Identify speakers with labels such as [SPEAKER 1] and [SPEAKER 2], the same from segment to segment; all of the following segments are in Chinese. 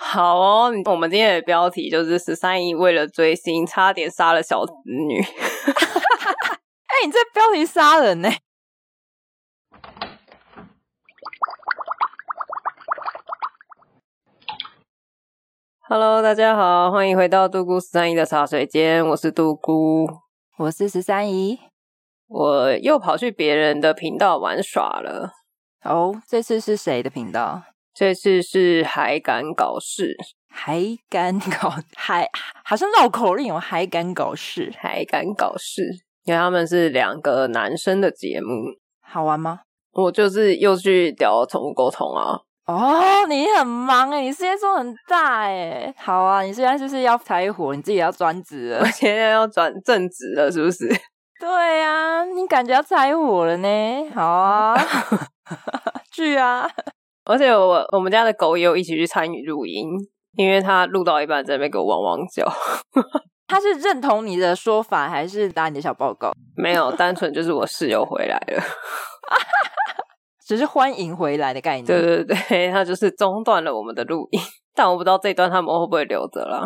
[SPEAKER 1] 好哦，我们今天的标题就是十三姨为了追星差点杀了小子女。
[SPEAKER 2] 哎、你这标题杀人呢、
[SPEAKER 1] Hello，大家好，欢迎回到杜姑十三姨的茶水间，我是杜姑。
[SPEAKER 2] 我是十三姨
[SPEAKER 1] 我又跑去别人的频道玩耍了，
[SPEAKER 2] 哦，这次是谁的频道？
[SPEAKER 1] 这次是还敢搞事，
[SPEAKER 2] 还敢搞 还好像绕口令哦，还敢搞事，
[SPEAKER 1] 还敢搞事，因为他们是两个男生的节目，
[SPEAKER 2] 好玩吗？
[SPEAKER 1] 我就是又去聊宠物沟通啊，
[SPEAKER 2] 哦，你很忙哎，你事业做很大哎。好啊，你现在就是要柴火，你自己要专职
[SPEAKER 1] 我
[SPEAKER 2] 了。
[SPEAKER 1] 现在要转正职了，是不是？
[SPEAKER 2] 对啊，你感觉要柴火了呢。好啊， 去啊。
[SPEAKER 1] 而且我我们家的狗也有一起去参与录音，因为它录到一半在那边给我汪汪叫，
[SPEAKER 2] 他是认同你的说法，还是打你的小报告？
[SPEAKER 1] 没有，单纯就是我室友回来了。
[SPEAKER 2] 只是欢迎回来的概念。
[SPEAKER 1] 对对对，它就是中断了我们的录音，但我不知道这一段他们会不会留着啦。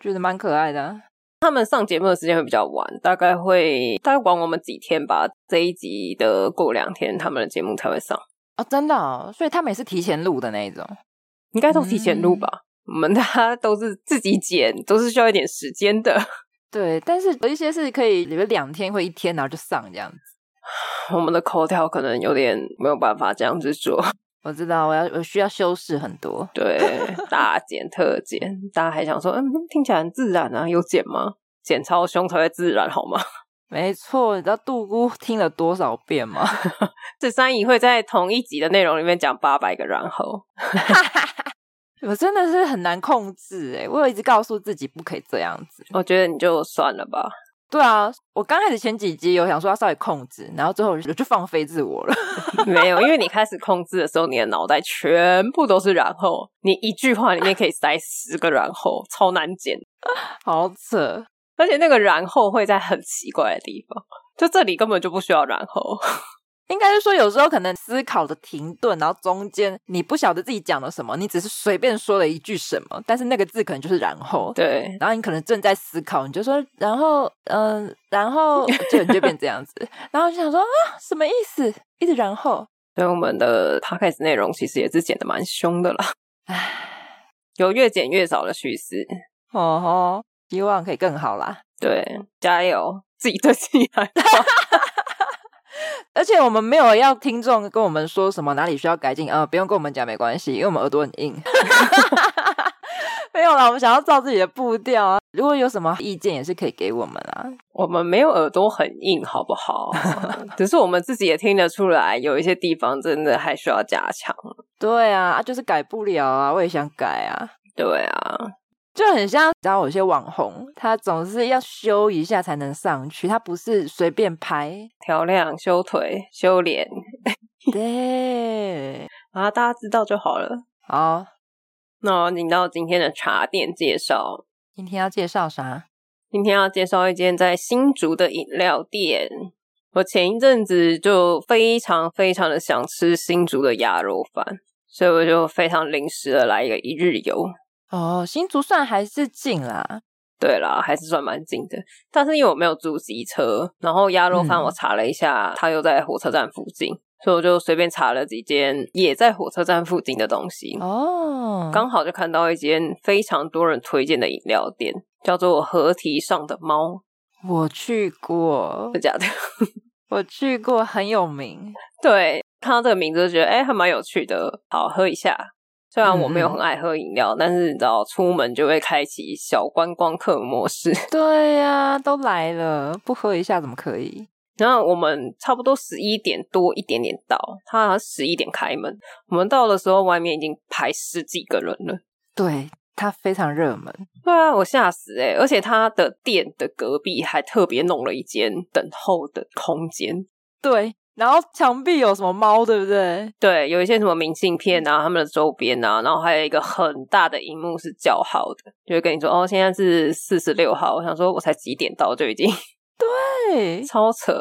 [SPEAKER 2] 觉得蛮可爱的啊。
[SPEAKER 1] 他们上节目的时间会比较晚，大概会大概晚我们几天吧。这一集的过两天，他们的节目才会上，
[SPEAKER 2] 哦，真的、哦，所以他们也是提前录的那一种。
[SPEAKER 1] 应该都提前录吧。我们大家都是自己剪，都是需要一点时间的。
[SPEAKER 2] 对，但是有一些是可以，比如两天或一天，然后就上这样子。
[SPEAKER 1] 我们的口条可能有点没有办法这样子做，
[SPEAKER 2] 我知道，我要我需要修饰很多。
[SPEAKER 1] 对，大剪特剪，大家还想说，嗯，听起来很自然啊，有剪吗？剪超凶才会自然好吗？
[SPEAKER 2] 没错，你知道杜姑听了多少遍吗？
[SPEAKER 1] 这三姨会在同一集的内容里面讲八百个然后，
[SPEAKER 2] 我真的是很难控制诶，我有一直告诉自己不可以这样子。
[SPEAKER 1] 我觉得你就算了吧。
[SPEAKER 2] 对啊，我刚开始前几集有想说要稍微控制，然后最后我就我就放飞自我了。
[SPEAKER 1] 没有，因为你开始控制的时候，你的脑袋全部都是然后，你一句话里面可以塞十个然后，超难剪，
[SPEAKER 2] 好扯，
[SPEAKER 1] 而且那个然后会在很奇怪的地方，就这里根本就不需要然后。
[SPEAKER 2] 应该是说有时候可能思考的停顿，然后中间你不晓得自己讲了什么，你只是随便说了一句什么，但是那个字可能就是然后。
[SPEAKER 1] 对，
[SPEAKER 2] 然后你可能正在思考，你就说，然后，嗯、然后就你就变这样子， 然后就想说啊，什么意思？一直然后，
[SPEAKER 1] 所以我们的 podcast 内容其实也是剪的蛮凶的啦，
[SPEAKER 2] 唉，
[SPEAKER 1] 有越剪越少的趋势。
[SPEAKER 2] 哦吼，希望可以更好啦。
[SPEAKER 1] 对，加油，自己对自己来 说。
[SPEAKER 2] 而且我们没有要听众跟我们说什么哪里需要改进，呃，不用跟我们讲没关系，因为我们耳朵很硬。 没有啦，我们想要照自己的步调啊。如果有什么意见，也是可以给我们啊。
[SPEAKER 1] 我们没有耳朵很硬，好不好？只是我们自己也听得出来，有一些地方真的还需要加强。
[SPEAKER 2] 对啊，啊就是改不了啊，我也想改啊。
[SPEAKER 1] 对啊，
[SPEAKER 2] 就很像，你知道有些网红，他总是要修一下才能上去，他不是随便拍。
[SPEAKER 1] 调亮、修腿、修脸
[SPEAKER 2] 对，
[SPEAKER 1] 啊，大家知道就好了。
[SPEAKER 2] 好，
[SPEAKER 1] 那我引到今天的茶店介绍，
[SPEAKER 2] 今天要介绍啥？
[SPEAKER 1] 今天要介绍一间在新竹的饮料店。我前一阵子就非常非常的想吃新竹的鸭肉饭，所以我就非常临时的来一个一日游。
[SPEAKER 2] 哦，新竹算还是近啦，
[SPEAKER 1] 对啦，还是算蛮近的，但是因为我没有租机车，然后鸭肉饭
[SPEAKER 2] 嗯
[SPEAKER 1] 我查了一下，它又在火车站附近，所以我就随便查了几间也在火车站附近的东西。
[SPEAKER 2] 哦，
[SPEAKER 1] 刚好就看到一间非常多人推荐的饮料店，叫做河堤上的猫，
[SPEAKER 2] 我去过
[SPEAKER 1] 真的，假的？
[SPEAKER 2] 我去过，很有名。
[SPEAKER 1] 对，看到这个名字就觉得哎、还蛮有趣的，好喝一下。虽然我没有很爱喝饮料，但是你知道，出门就会开启小观光客模式。
[SPEAKER 2] 对呀、都来了，不喝一下怎么可以？
[SPEAKER 1] 然后我们差不多十一点多一点点到，它好像十一点开门。我们到的时候，外面已经排十几个人了。
[SPEAKER 2] 对，它非常热门。
[SPEAKER 1] 对啊，我吓死哎、欸！而且它的店的隔壁还特别弄了一间等候的空间，
[SPEAKER 2] 对，然后墙壁有什么猫，对不对？
[SPEAKER 1] 对，有一些什么明信片啊，他们的周边啊，然后还有一个很大的荧幕是叫号的，就会跟你说哦，现在是四十六号。我想说，我才几点到就已经
[SPEAKER 2] 对，
[SPEAKER 1] 超扯，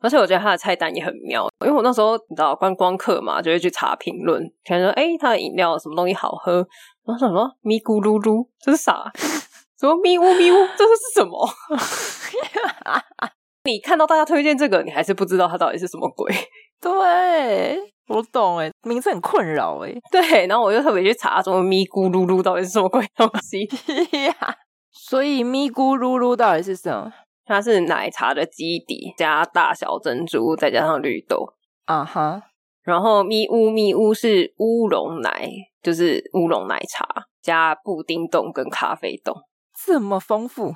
[SPEAKER 1] 而且我觉得它的菜单也很妙，因为我那时候你知道观光客嘛，就会去查评论，看说诶它的饮料什么东西好喝，然后什么咪咕噜噜，这是啥？ 什么咪呜咪呜，这是什么？ 你看到大家推荐这个，你还是不知道它到底是什么鬼。
[SPEAKER 2] 对，我懂哎，名字很困扰哎。
[SPEAKER 1] 对，然后我就特别去查什么咪咕噜噜到底是什么鬼东西，
[SPEAKER 2] 所以咪咕噜噜到底是什么？
[SPEAKER 1] 它是奶茶的基底加大小珍珠，再加上绿豆。
[SPEAKER 2] 啊哈，
[SPEAKER 1] 然后咪乌咪乌是乌龙奶，就是乌龙奶茶加布丁冻跟咖啡冻。
[SPEAKER 2] 这么丰富，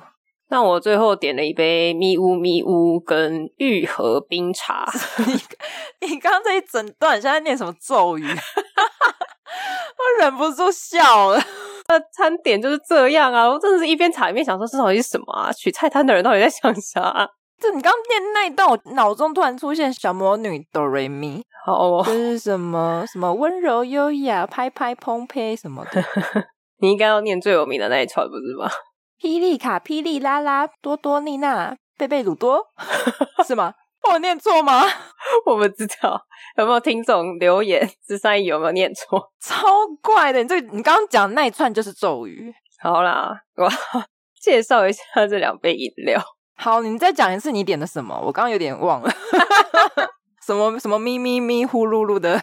[SPEAKER 1] 那我最后点了一杯咪乌咪乌跟玉和冰茶，
[SPEAKER 2] 你刚刚这一整段你现在念什么咒语？ 我忍不住笑了。
[SPEAKER 1] 餐点就是这样啊！我真的是一边查一边想说这到底是什么啊？取菜单的人到底在想啥啊、
[SPEAKER 2] 就你刚刚念那一段，我脑中突然出现小魔女哆瑞咪，
[SPEAKER 1] 好哦
[SPEAKER 2] 就，是什么什么温柔优雅、拍拍砰呸什么的，
[SPEAKER 1] 你应该要念最有名的那一串不是吗？
[SPEAKER 2] 霹雳卡、霹雳拉拉、多多丽娜、贝贝鲁多，是吗？ 我念错吗？
[SPEAKER 1] 我不知道有没有听众留言，十三姨有没有念错？
[SPEAKER 2] 超怪的！你这你刚刚讲那一串就是咒语。
[SPEAKER 1] 好啦， 我介绍一下这两杯饮料。
[SPEAKER 2] 好，你再讲一次你点的什么？我刚刚有点忘了， 什么什么咪咪咪呼噜噜的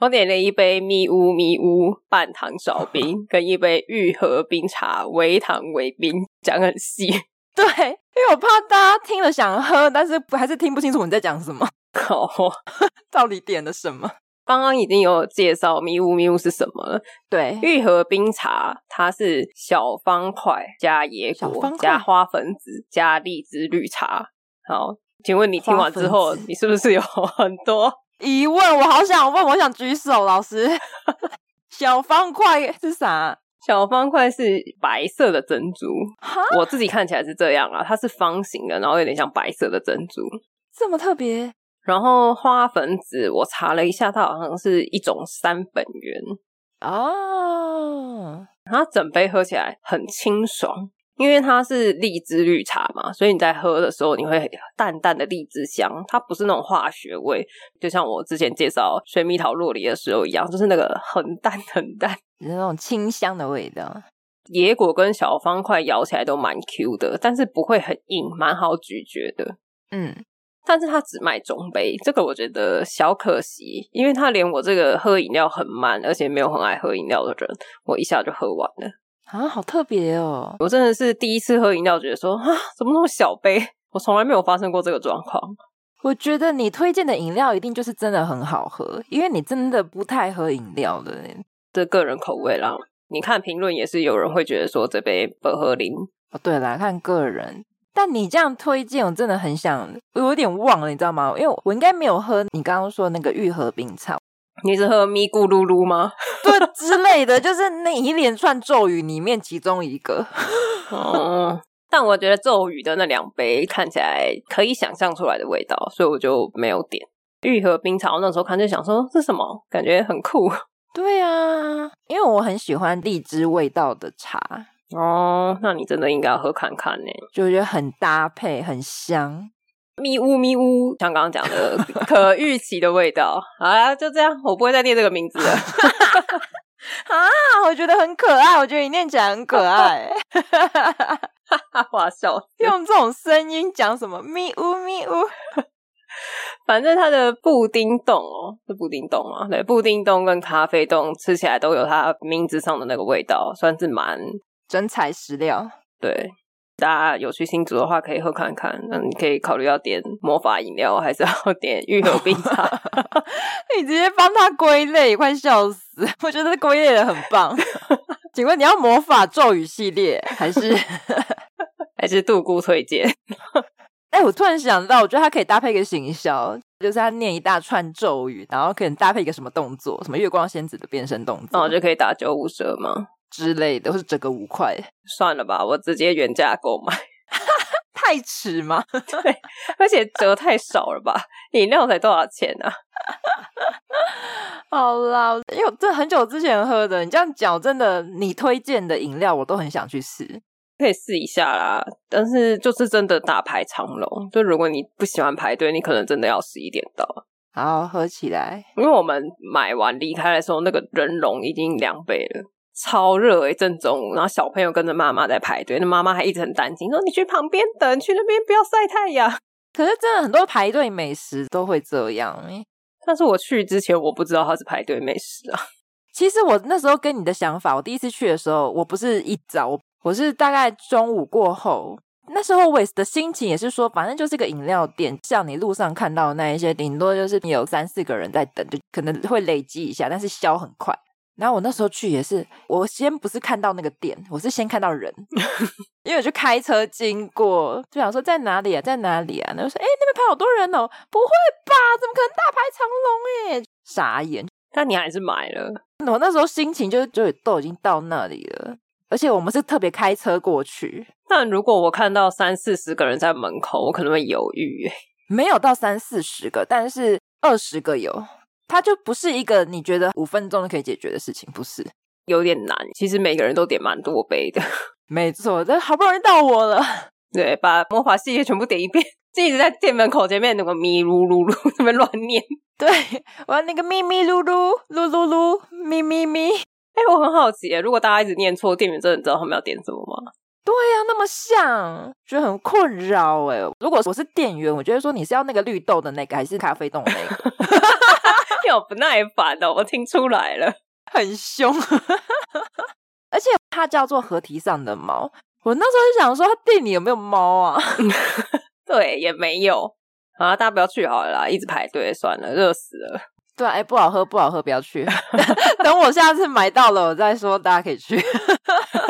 [SPEAKER 1] 我点了一杯咪乌咪乌半糖少冰，跟一杯玉和冰茶，微糖微冰，讲很细。
[SPEAKER 2] 对，因为我怕大家听了想喝，但是还是听不清楚你在讲什么，
[SPEAKER 1] 好哦，
[SPEAKER 2] 到底点了什么。
[SPEAKER 1] 刚刚已经有介绍咪乌咪乌是什么了。
[SPEAKER 2] 对，
[SPEAKER 1] 玉和冰茶它是小方块加椰
[SPEAKER 2] 小
[SPEAKER 1] 果
[SPEAKER 2] 方块
[SPEAKER 1] 加花粉子加荔枝绿茶。好，请问你听完之
[SPEAKER 2] 花
[SPEAKER 1] 后，
[SPEAKER 2] 分子
[SPEAKER 1] 你是不是有很多？
[SPEAKER 2] 疑问，我好想问，我想举手，老师。 小方块是啥？
[SPEAKER 1] 小方块是白色的珍珠，
[SPEAKER 2] 哈，
[SPEAKER 1] 我自己看起来是这样啊，它是方形的，然后有点像白色的珍珠。
[SPEAKER 2] 这么特别？
[SPEAKER 1] 然后花粉子，我查了一下，它好像是一种三本源，
[SPEAKER 2] 哦，
[SPEAKER 1] 它整杯喝起来很清爽，因为它是荔枝绿茶嘛，所以你在喝的时候，你会淡淡的荔枝香，它不是那种化学味，就像我之前介绍水蜜桃洛梨的时候一样，就是那个很淡很淡。
[SPEAKER 2] 那种清香的味道。
[SPEAKER 1] 野果跟小方块咬起来都蛮 Q 的，但是不会很硬，蛮好咀嚼的。
[SPEAKER 2] 嗯，
[SPEAKER 1] 但是它只卖中杯，这个我觉得小可惜，因为它连我这个喝饮料很慢，而且没有很爱喝饮料的人，我一下就喝完了。
[SPEAKER 2] 啊，好特别哦。
[SPEAKER 1] 我真的是第一次喝饮料，觉得说啊，怎么那么小杯？ 我从来没有发生过这个状况。
[SPEAKER 2] 我觉得你推荐的饮料一定就是真的很好喝，因为你真的不太喝饮料的人。
[SPEAKER 1] 这个人口味啦，你看评论也是有人会觉得说这杯不合林，
[SPEAKER 2] 哦，对啦，看个人。但你这样推荐，我真的很想，我有点忘了，你知道吗？因为我应该没有喝你刚刚说那个愈合冰茶，
[SPEAKER 1] 你是喝咪咕噜噜吗？
[SPEAKER 2] 对之类的，就是那一连串咒语里面其中一个。
[SPEAKER 1] 哦。 但我觉得咒语的那两杯看起来可以想象出来的味道，所以我就没有点玉和冰茶。我那时候看就想说这是什么，感觉很酷。
[SPEAKER 2] 对啊，因为我很喜欢荔枝味道的茶，
[SPEAKER 1] 哦，那你真的应该要喝看看呢。
[SPEAKER 2] 就觉得很搭配，很香。
[SPEAKER 1] 咪呜咪呜，像刚刚讲的可预期的味道。好啦，就这样，我不会再念这个名字了。
[SPEAKER 2] 啊，我觉得很可爱，我觉得你念起来很可爱，
[SPEAKER 1] 哇笑死，
[SPEAKER 2] 用这种声音讲什么咪呜咪呜，
[SPEAKER 1] 反正它的布丁冻哦，是布丁冻吗？对，布丁冻跟咖啡冻吃起来都有它名字上的那个味道，算是蛮
[SPEAKER 2] 真材实料。
[SPEAKER 1] 对。大家有去新竹的话，可以喝看看。那你可以考虑要点魔法饮料，还是要点愈合冰茶？
[SPEAKER 2] 你直接帮他归类，快笑死！ 我觉得归类的很棒。 请问你要魔法咒语系列还是？
[SPEAKER 1] 还是杜姑推荐？
[SPEAKER 2] 哎、我突然想到，我觉得它可以搭配一个行销，就是他念一大串咒语，然后可能搭配一个什么动作，什么月光仙子的变身动
[SPEAKER 1] 那
[SPEAKER 2] 作、
[SPEAKER 1] 我就可以打九五折吗？
[SPEAKER 2] 之类的，或是折个五块，
[SPEAKER 1] 算了吧，我直接原价购买。
[SPEAKER 2] 太迟吗？
[SPEAKER 1] 而且折太少了吧？饮料才多少钱啊？
[SPEAKER 2] 好啦，因为我这很久之前喝的，你这样讲，真的你推荐的饮料我都很想去试。
[SPEAKER 1] 可以试一下啦。但是就是真的大排长龙，就如果你不喜欢排队，你可能真的要十一点到，
[SPEAKER 2] 好，合起来。
[SPEAKER 1] 因为我们买完离开的时候，那个人龙已经两倍了。超热诶、正中午，然后小朋友跟着妈妈在排队，那妈妈还一直很担心，说你去旁边等，去那边不要晒太阳。
[SPEAKER 2] 可是真的很多排队美食都会这样欸、
[SPEAKER 1] 但是我去之前我不知道它是排队美食啊，
[SPEAKER 2] 其实我那时候跟你的想法，我第一次去的时候，我不是一早，我我是大概中午过后。那时候我的心情也是说，反正就是个饮料店，像你路上看到的那一些，顶多就是有三四个人在等，就可能会累积一下，但是消很快。然后我那时候去也是，我先不是看到那个店，我是先看到人，因为我就开车经过，就想说在哪里啊，在哪里啊？然后说，哎、那边排好多人哦，不会吧？怎么可能大排长龙、欸？哎，傻眼。
[SPEAKER 1] 但你还是买了，
[SPEAKER 2] 我那时候心情就就都已经到那里了，而且我们是特别开车过去，
[SPEAKER 1] 但如果我看到三四十个人在门口，我可能会犹豫、欸。
[SPEAKER 2] 没有到三四十个，但是二十个有，它就不是一个你觉得五分钟就可以解决的事情，不是？
[SPEAKER 1] 有点难，其实每个人都点蛮多杯的。
[SPEAKER 2] 没错，但好不容易到我了，
[SPEAKER 1] 对，把魔法系列全部点一遍，就一直在店门口前面那个咪噜噜噜那边乱念。
[SPEAKER 2] 对我要那个咪咪噜噜噜噜噜咪咪咪，
[SPEAKER 1] 哎、我很好奇耶，如果大家一直念错，店员真的知道他们要点什么 吗？
[SPEAKER 2] 对呀、那么像，觉得很困扰哎。如果我是店员，我觉得说你是要那个绿豆的那个，还是咖啡冻的那个？
[SPEAKER 1] 你好不耐烦哦，我听出来了。
[SPEAKER 2] 很凶，而且它叫做河堤上的猫。我那时候就想说，它店里有没有猫啊？
[SPEAKER 1] 对，也没有啊，大家不要去好了啦，一直排队算了，热死了。
[SPEAKER 2] 对啊，哎、不好喝，不好喝，不要去。 等我下次买到了，我再说，大家可以去。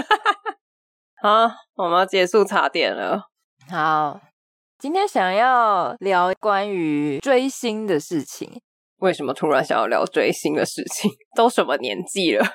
[SPEAKER 1] 好，我们要结束茶点了。
[SPEAKER 2] 好，今天想要聊关于追星的事情。
[SPEAKER 1] 为什么突然想要聊追星的事情？ 都什么年纪了？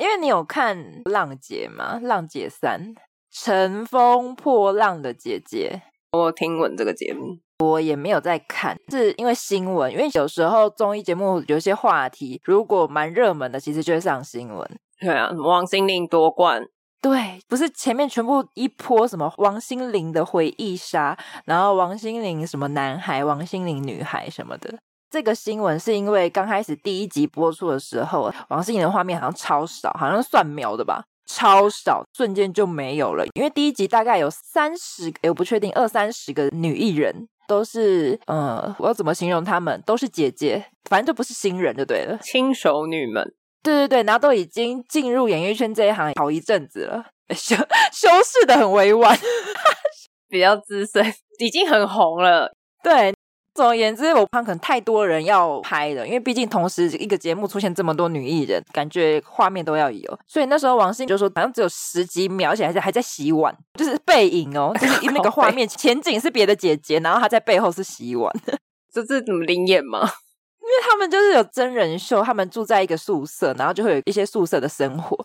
[SPEAKER 2] 因为你有看《浪姐》吗？《浪姐三》，乘风破浪的姐姐，
[SPEAKER 1] 我听闻这个节目，
[SPEAKER 2] 我也没有在看，是因为新闻。因为有时候综艺节目有些话题，如果蛮热门的，其实就会上新闻。
[SPEAKER 1] 对啊，什么王心凌夺冠，
[SPEAKER 2] 对，不是前面全部一波什么王心凌的回忆杀，然后王心凌什么男孩、王心凌女孩什么的。这个新闻是因为刚开始第一集播出的时候，王心凌的画面好像超少，好像算秒的吧，超少，瞬间就没有了。因为第一集大概有三十，诶我不确定二三十个女艺人都是，呃，我要怎么形容她们？都是姐姐，反正就不是新人就对了。
[SPEAKER 1] 轻熟女们，
[SPEAKER 2] 对对对，然后都已经进入演艺圈这一行好一阵子了， 修修饰的很委婉。
[SPEAKER 1] 比较资深，已经很红了。
[SPEAKER 2] 对，总而言之，我怕可能太多人要拍了，因为毕竟同时一个节目出现这么多女艺人，感觉画面都要有。所以那时候王心就说，好像只有十几秒，而且还在还在洗碗，就是背影哦，就是那个画面前景是别的姐姐，然后她在背后是洗碗。
[SPEAKER 1] 这是怎么灵眼吗？
[SPEAKER 2] 因为他们就是有真人秀，他们住在一个宿舍，然后就会有一些宿舍的生活。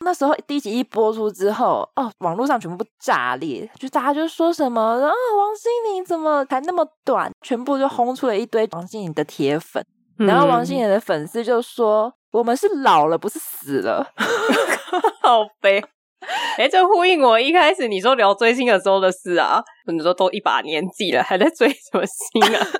[SPEAKER 2] 那时候第一集一播出之后，哦，网络上全部炸裂，就大家就说什么，啊，王心凌怎么才那么短，全部就轰出了一堆王心凌的铁粉。然后王
[SPEAKER 1] 嗯
[SPEAKER 2] 心凌的粉丝就说：“我们是老了，不是死了。”
[SPEAKER 1] 好悲。哎、这呼应我一开始你说聊追星的时候的事啊，你说都一把年纪了，还在追什么星啊？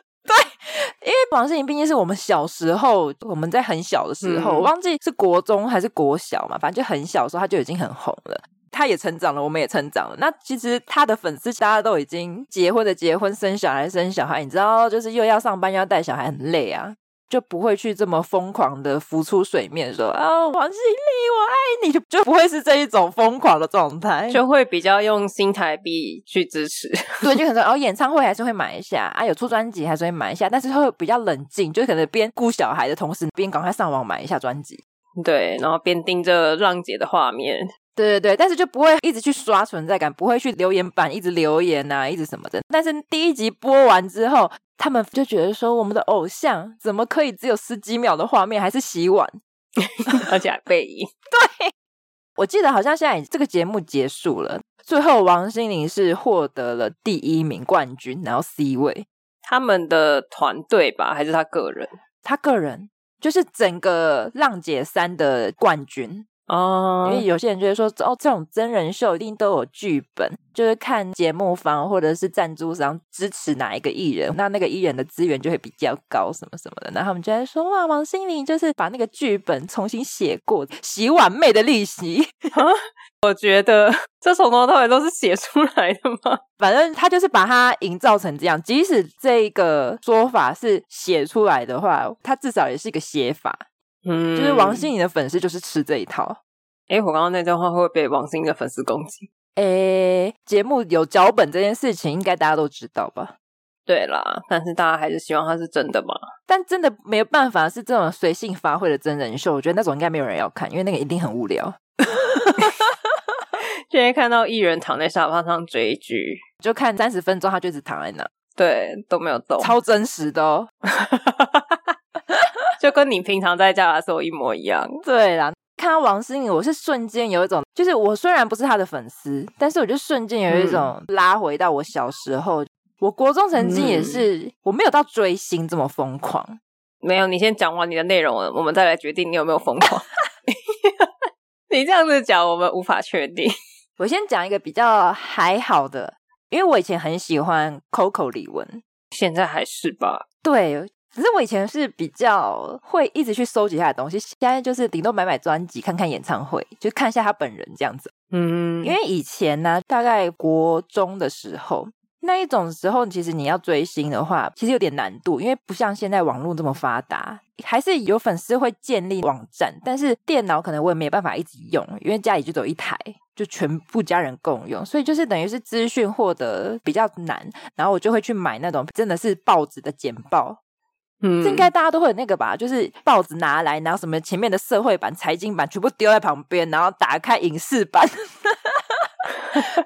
[SPEAKER 2] 因为王心凌毕竟是我们小时候，我们在很小的时候，
[SPEAKER 1] 嗯
[SPEAKER 2] 我忘记是国中还是国小嘛，反正就很小的时候，她就已经很红了。她也成长了，我们也成长了。那其实她的粉丝大家都已经结婚的结婚，生小孩的生小孩，你知道，就是又要上班又要带小孩，很累啊，就不会去这么疯狂的浮出水面说啊、王心凌我爱你，就就不会是这一种疯狂的状态。
[SPEAKER 1] 就会比较用新台币去支持。
[SPEAKER 2] 对，就可能说哦，演唱会还是会买一下啊，有出专辑还是会买一下，但是会比较冷静，就可能边顾小孩的同时，边赶快上网买一下专辑。
[SPEAKER 1] 对，然后边盯着浪姐的画面，
[SPEAKER 2] 对对对，但是就不会一直去刷存在感，不会去留言板一直留言啊，一直什么的。但是第一集播完之后，他们就觉得说，我们的偶像怎么可以只有十几秒的画面，还是洗碗？
[SPEAKER 1] 而且还背影。
[SPEAKER 2] 我记得好像现在已这个节目结束了，最后王心凌是获得了第一名冠军，然后 C 位。
[SPEAKER 1] 他们的团队吧，还是他个人？
[SPEAKER 2] 他个人就是整个浪姐三的冠军，
[SPEAKER 1] 哦
[SPEAKER 2] 因为有些人就会说，哦，这种真人秀一定都有剧本，就是看节目方或者是赞助商支持哪一个艺人，那那个艺人的资源就会比较高，什么什么的。然后他们就在说，哇，王心凌就是把那个剧本重新写过，洗碗妹的逆袭。
[SPEAKER 1] 我觉得这从头到尾都是写出来的吗？
[SPEAKER 2] 反正他就是把它营造成这样，即使这个说法是写出来的话，它至少也是一个写法。
[SPEAKER 1] 嗯
[SPEAKER 2] 就是王。心凌的粉丝就是吃这一套。
[SPEAKER 1] 诶，我刚刚那段话会不会被王心凌的粉丝攻击？
[SPEAKER 2] 诶，节目有脚本这件事情，应该大家都知道吧？
[SPEAKER 1] 对啦，但是大家还是希望它是真的嘛。
[SPEAKER 2] 但真的没有办法，是这种随性发挥的真人秀，我觉得那种应该没有人要看，因为那个一定很无聊。
[SPEAKER 1] 现在看到艺人躺在沙发上追剧，
[SPEAKER 2] 就看三十分钟，他就一直躺在那，
[SPEAKER 1] 对，都没有动，
[SPEAKER 2] 超真实的哦。
[SPEAKER 1] 就跟你平常在家的时候一模一样。
[SPEAKER 2] 对啦，看到王心凌，我是瞬间有一种，就是我虽然不是她的粉丝，但是我就瞬间有一种拉回到我小时候。我国中曾经也是，我没有到追星这么疯狂，
[SPEAKER 1] 没有，你先讲完你的内容，我们再来决定你有没有疯狂。 你这样子讲，我们无法确定。
[SPEAKER 2] 我先讲一个比较还好的，因为我以前很喜欢 Coco 李玟，
[SPEAKER 1] 现在还是吧，
[SPEAKER 2] 对，只是我以前是比较会一直去收集他的东西，现在就是顶多买买专辑、看看演唱会，就看一下他本人这样子。
[SPEAKER 1] 嗯，
[SPEAKER 2] 因为以前呢、大概国中的时候。那一种时候，其实你要追星的话，其实有点难度，因为不像现在网络这么发达，还是有粉丝会建立网站，但是电脑可能我也没办法一直用，因为家里就只有一台，就全部家人共用，所以就是等于是资讯获得比较难，然后我就会去买那种真的是报纸的简报，
[SPEAKER 1] 嗯
[SPEAKER 2] 这应该大家都会有那个吧，就是报纸拿来，然后什么前面的社会版、财经版全部丢在旁边，然后打开影视版，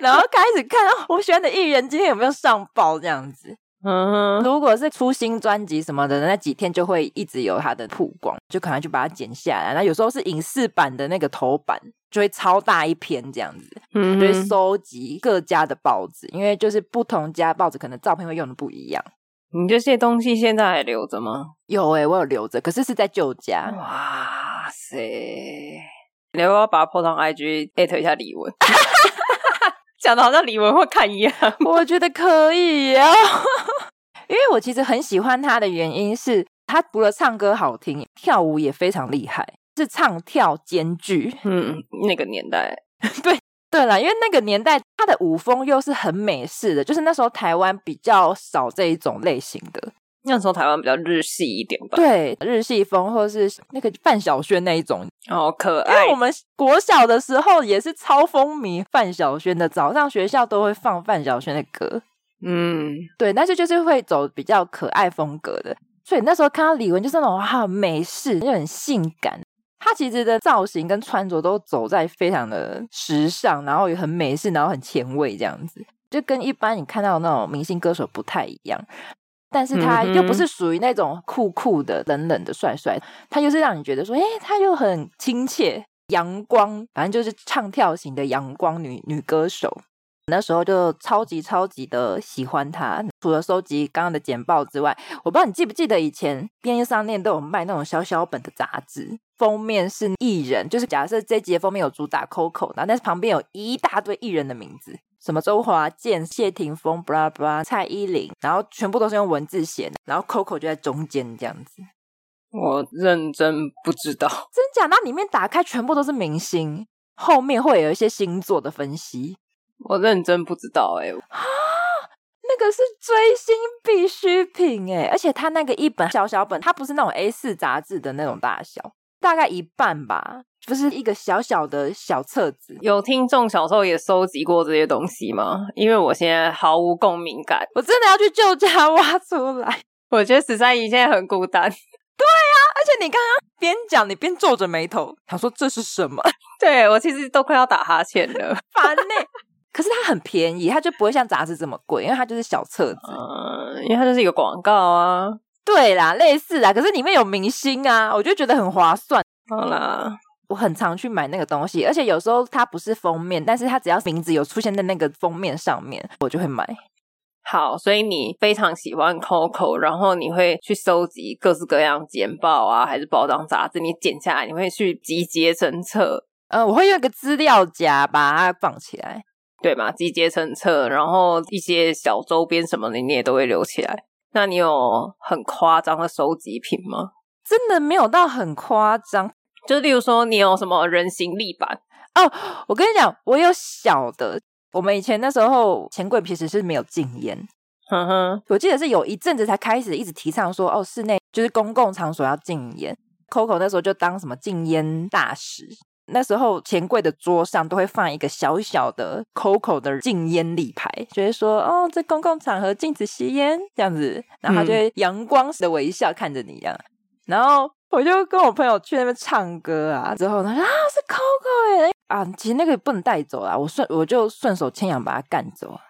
[SPEAKER 2] 然后开始看哦我喜欢的艺人今天有没有上报这样子。
[SPEAKER 1] 嗯哼
[SPEAKER 2] 如果是出新专辑什么的，那几天就会一直有它的曝光，就可能就把它剪下来。那有时候是影视版的那个头版，就会超大一篇这样子。
[SPEAKER 1] 嗯
[SPEAKER 2] 就
[SPEAKER 1] 哼
[SPEAKER 2] 是收集各家的报纸，因为就是不同家报纸可能照片会用的不一样。
[SPEAKER 1] 你这些东西现在还留着吗？
[SPEAKER 2] 有诶、我有留着，可是是在旧家。
[SPEAKER 1] 哇塞！你要不要把它 po 上 IG 艾特一下李玟？ 讲的好像李玟会看一样。
[SPEAKER 2] 我觉得可以啊， 因为我其实很喜欢他的原因是，他除了唱歌好听，跳舞也非常厉害，是唱跳兼具。
[SPEAKER 1] 嗯，那个年代，
[SPEAKER 2] 对了，因为那个年代他的舞风又是很美式的，就是那时候台湾比较少这一种类型的，
[SPEAKER 1] 那时候台湾比较日系一点吧。
[SPEAKER 2] 对日系风或是那个范晓萱那一种，
[SPEAKER 1] 好可
[SPEAKER 2] 因
[SPEAKER 1] 爱
[SPEAKER 2] 为我。们国小的时候也是超风靡范晓萱的，早上学校都会放范晓萱的歌。
[SPEAKER 1] 嗯，
[SPEAKER 2] 对，但是就是会走比较可爱风格的。所以那时候看到李玟就是那种哇，很美式又很性感。她其实的造型跟穿着都走在非常的时尚，然后也很美式，然后很前卫这样子，就跟一般你看到的那种明星歌手不太一样。但是他又不是属于那种酷酷的、冷冷的、帅帅，他就是让你觉得说，诶、他又很亲切、阳光，反正就是唱跳型的阳光女女歌手。那时候就超级超级的喜欢她，除了收集刚刚的简报之外，我不知道你记不记得以前便利商店都有卖那种小小本的杂志，封面是艺人，就是假设这集的封面有主打 Coco，然后但是旁边有一大堆艺人的名字，什么周华健、谢霆锋、布拉布拉、蔡依林，然后全部都是用文字写的，然后 Coco 就在中间这样子。
[SPEAKER 1] 我认真不知道。
[SPEAKER 2] 真假？那里面打开全部都是明星，后面会有一些星座的分析。
[SPEAKER 1] 我认真不知道哎、
[SPEAKER 2] 那个是追星必需品哎，而且它那个一本小小本，它不是那种 A 四杂志的那种大小，大概一半吧，不是一个小小的小册子。
[SPEAKER 1] 有听众小时候也收集过这些东西吗？因为我现在毫无共鸣感，
[SPEAKER 2] 我真的要去旧家挖出来， 而
[SPEAKER 1] 我觉得十三姨现在很孤单。
[SPEAKER 2] 且你刚刚边讲你边皱着眉头，想说这是什么
[SPEAKER 1] 对我其实都快要打哈欠了。
[SPEAKER 2] 烦呢、可是它很便宜，它就不会像杂志这么贵，因为它就是小册子。
[SPEAKER 1] 嗯，因为它就是一个广告啊。
[SPEAKER 2] 对啦，类似啦，可是里面有明星啊，我就觉得很划算。
[SPEAKER 1] 好啦，
[SPEAKER 2] 我很常去买那个东西，而且有时候它不是封面，但是它只要名字有出现在那个封面上面，我就会买。
[SPEAKER 1] 好，所以你非常喜欢 Coco，然后你会去收集各式各样简报啊，还是包装杂志，你剪下来，你会去集结侦测。
[SPEAKER 2] 呃，我会用一个资料夹把它放起来。
[SPEAKER 1] 对嘛，集结成册，然后一些小周边什么的你也都会留起来。那你有很夸张的收集品吗？
[SPEAKER 2] 真的没有到很夸张
[SPEAKER 1] 就例如说，你有什么人形立板？
[SPEAKER 2] 哦。我跟你讲，我有小的。我们以前那时候钱柜其实是没有禁烟，
[SPEAKER 1] 哼嗯哼，
[SPEAKER 2] 我记得是有一阵子才开始一直提倡说，哦，室内就是公共场所要禁烟。Coco 那时候就当什么禁烟大使。那时候钱柜的桌上都会放一个小小的 Coco 的禁烟立牌，就是说，哦，在公共场合禁止吸烟这样子，然后他就会阳光的微笑看着你这样。然后我就跟我朋友去那边唱歌啊，之后他说啊是 Coco 哎、啊，其实那个不能带走啦，我顺我就顺手牵羊把它干走啊。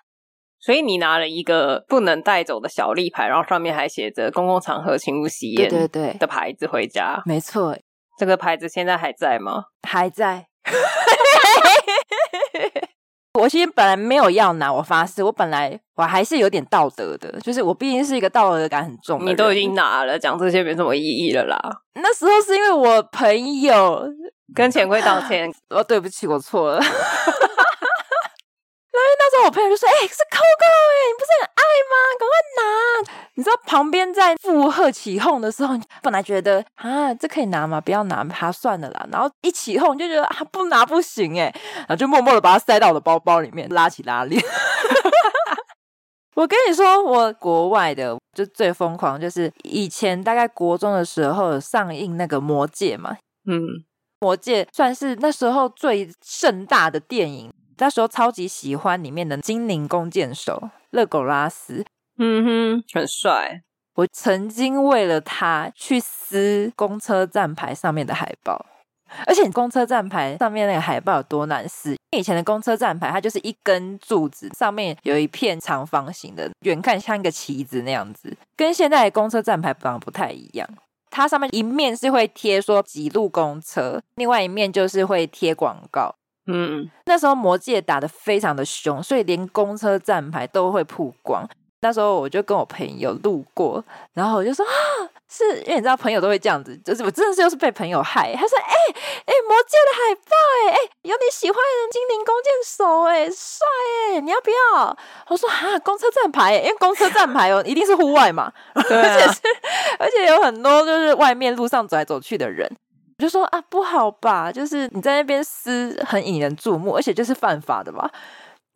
[SPEAKER 1] 所以你拿了一个不能带走的小立牌，然后上面还写着“公共场合请勿吸
[SPEAKER 2] 对
[SPEAKER 1] 烟”
[SPEAKER 2] 对对，
[SPEAKER 1] 的牌子回家。
[SPEAKER 2] 没错，
[SPEAKER 1] 这个牌子现在还在吗？
[SPEAKER 2] 还在。 我其实本来没有要拿，我发誓，我本来我还是有点道德的，就是我毕竟是一个道德感很重的人。
[SPEAKER 1] 你都已经拿了，讲这些没什么意义了啦。
[SPEAKER 2] 那时候是因为我朋友，
[SPEAKER 1] 跟钱柜道 歉，
[SPEAKER 2] 哦，对不起，我错了。然后 那时候我朋友就说：“哎、是 Coco 哎、你不是很爱吗？赶快拿！”你知道旁边在附和起哄的时候，你本来觉得啊，这可以拿吗？不要拿它算了啦。然后一起哄就觉得啊，不拿不行哎、然后就默默的把它塞到我的包包里面，拉起拉链。 我跟你说，我国外的就最疯狂，就是以前大概国中的时候有上映那个《魔戒》嘛，
[SPEAKER 1] 嗯，
[SPEAKER 2] 魔戒算是那时候最盛大的电影，那时候超级喜欢里面的精灵弓箭手勒狗拉斯。
[SPEAKER 1] 嗯哼，很帅。
[SPEAKER 2] 我曾经为了他去撕公车站牌上面的海报，而且公车站牌上面那个海报有多难撕？以前的公车站牌它就是一根柱子，上面有一片长方形的，远看像一个旗子那样子，跟现在的公车站牌长得不太一样。它上面一面是会贴说几路公车，另外一面就是会贴广告。
[SPEAKER 1] 嗯，
[SPEAKER 2] 那时候魔界打得非常的凶，所以连公车站牌都会曝光。那时候我就跟我朋友路过，然后我就说啊，是因为你知道朋友都会这样子，就是我真的是又是被朋友害。他说哎哎、魔界的海报哎、哎、有你喜欢的精灵弓箭手哎、帅哎、你要不要？我说啊公车站牌、哎因为公车站牌哦 一定是户外嘛，
[SPEAKER 1] 对
[SPEAKER 2] 而且
[SPEAKER 1] 啊
[SPEAKER 2] 是，而且有很多就是外面路上走来走去的人，我就说啊，不好吧，就是你在那边撕，很引人注目，而且就是犯法的吧，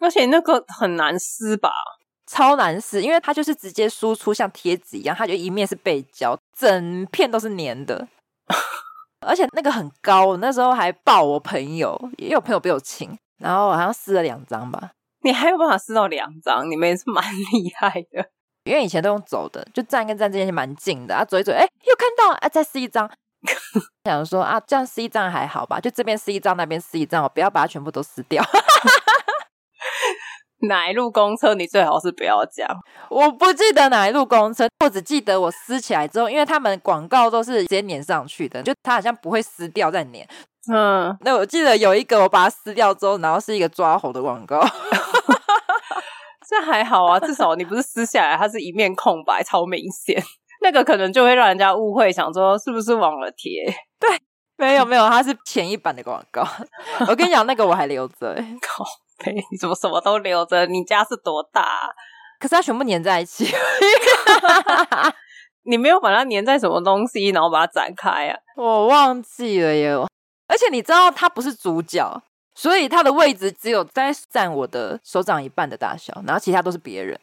[SPEAKER 1] 而且那个很难撕吧？
[SPEAKER 2] 超难撕，因为它就是直接输出像贴纸一样，它就一面是背胶，整片都是粘的。 而且那个很高，我那时候还抱我朋友，也有朋友比我轻，然后我好像撕了两张吧，
[SPEAKER 1] 你还有办法撕到两张，你们也是蛮厉害的。
[SPEAKER 2] 因为以前都用走的，就站跟站之间蛮近的，啊走一走，哎、又看到，哎、再撕一张， 想说啊这样撕一张还好吧，就这边撕一张，那边撕一张，我不要把它全部都撕掉。
[SPEAKER 1] 哪一路公车你最好是不要讲。
[SPEAKER 2] 我不记得哪一路公车，我只记得我撕起来之后，因为他们广告都是直接粘上去的，就它好像不会撕掉再粘。
[SPEAKER 1] 嗯，
[SPEAKER 2] 那我记得有一个我把它撕掉之后，然后是一个抓猴的广告，
[SPEAKER 1] 这还好啊，至少你不是撕下来，它是一面空白，超明显。那个可能就会让人家误会，想说是不是忘了贴？
[SPEAKER 2] 没有没有，它是前一版的广告。我跟你讲，那个我还留着、欸
[SPEAKER 1] 靠背，你怎么什么都留着？你家是多大啊、
[SPEAKER 2] 可是它全部粘在一起。
[SPEAKER 1] 你没有把它粘在什么东西，然后把它展开啊？
[SPEAKER 2] 我忘记了耶。而且你知道他不是主角，所以他的位置只有在占我的手掌一半的大小，然后其他都是别人。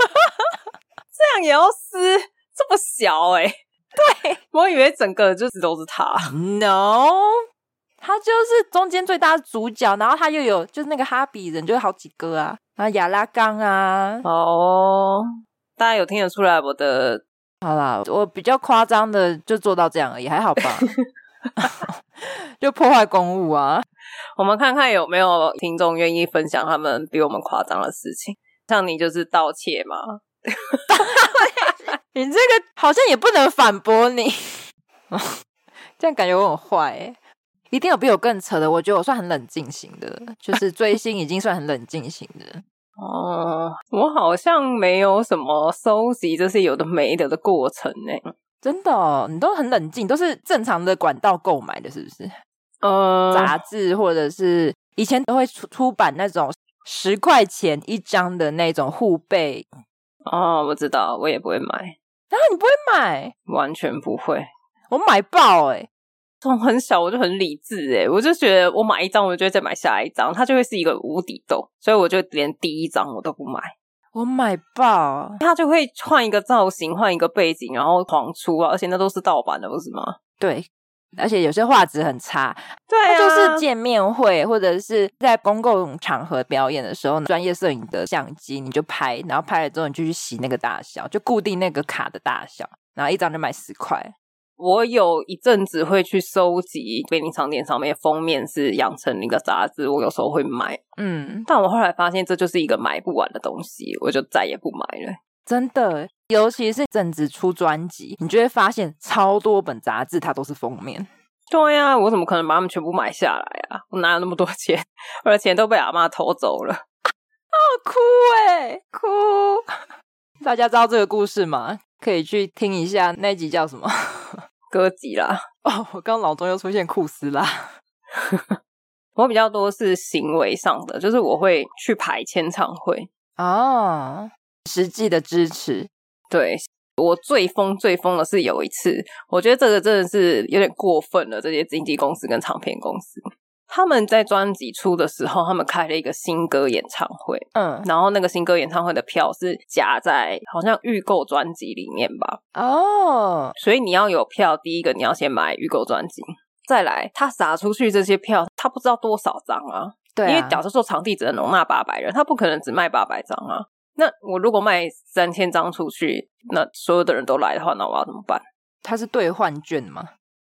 [SPEAKER 1] 这样也要撕？这么小哎、对，我以为整个就是都是它。
[SPEAKER 2] No，他就是中间最大的主角，然后他又有就是那个哈比人，就是好几个啊，然后亚拉冈啊。
[SPEAKER 1] 哦，大家有听得出来我的？
[SPEAKER 2] 好啦，我比较夸张的就做到这样而已，还好吧？就破坏公务啊。
[SPEAKER 1] 我们看看有没有听众愿意分享他们比我们夸张的事情。像你就是盗窃嘛，
[SPEAKER 2] 你这个好像也不能反驳你，这样感觉我很坏、欸。一定有比我更扯的，我觉得我算很冷静型的，就是追星已经算很冷静型的。
[SPEAKER 1] 哦，我好像没有什么收集这些有的没的的过程呢。
[SPEAKER 2] 真的、哦，你都很冷静，都是正常的管道购买的，是不是？
[SPEAKER 1] 呃，
[SPEAKER 2] 杂志，或者是以前都会出出版那种十块钱一张的那种护背，
[SPEAKER 1] 哦，我知道，我也不会买，
[SPEAKER 2] 然后你不会买，
[SPEAKER 1] 完全不会。
[SPEAKER 2] 我买爆哎、
[SPEAKER 1] 从很小我就很理智诶，我就觉得我买一张，我就会再买下一张，它就会是一个无底洞，所以我就连第一张我都不买。
[SPEAKER 2] 我买爆，
[SPEAKER 1] 它就会换一个造型，换一个背景，然后狂出啊，而且那都是盗版的，不是吗？
[SPEAKER 2] 对，而且有些画质很差，
[SPEAKER 1] 对
[SPEAKER 2] 它
[SPEAKER 1] 啊，
[SPEAKER 2] 就是见面会或者是在公共场合表演的时候，专业摄影的相机你就拍，然后拍了之后你就去洗那个大小，就固定那个卡的大小，然后一张就卖十块。
[SPEAKER 1] 我有一阵子会去收集便利商店上面封面是养成一个杂志，我有时候会买，
[SPEAKER 2] 嗯，
[SPEAKER 1] 但我后来发现这就是一个买不完的东西，我就再也不买了。
[SPEAKER 2] 真的，欸尤其是正值出专辑，你就会发现超多本杂志它都是封面。
[SPEAKER 1] 对呀、我怎么可能把它们全部买下来啊？我哪有那么多钱？我的钱都被阿妈偷走了。
[SPEAKER 2] 哭哎、哭！ 大家知道这个故事吗？可以去听一下那集叫什么？
[SPEAKER 1] 歌集啦，
[SPEAKER 2] 哦，我刚脑中又出现库斯拉。
[SPEAKER 1] 我比较多是行为上的，就是我会去排签唱会。
[SPEAKER 2] 哦，实际的支持，
[SPEAKER 1] 对我最疯最疯的是有一次，我觉得这个真的是有点过分了。这些经纪公司跟唱片公司，他们在专辑出的时候，他们开了一个新歌演唱会，
[SPEAKER 2] 嗯，
[SPEAKER 1] 然后那个新歌演唱会的票是夹在好像预购专辑里面吧，
[SPEAKER 2] 哦，
[SPEAKER 1] 所以你要有票，第一个你要先买预购专辑，再来他撒出去这些票，他不知道多少张啊，
[SPEAKER 2] 对啊
[SPEAKER 1] 因为假设说场地只能容纳八百人，他不可能只卖八百张啊。那我如果卖三千张出去，那所有的人都来的话，那我要怎么办？
[SPEAKER 2] 它是兑换券嘛？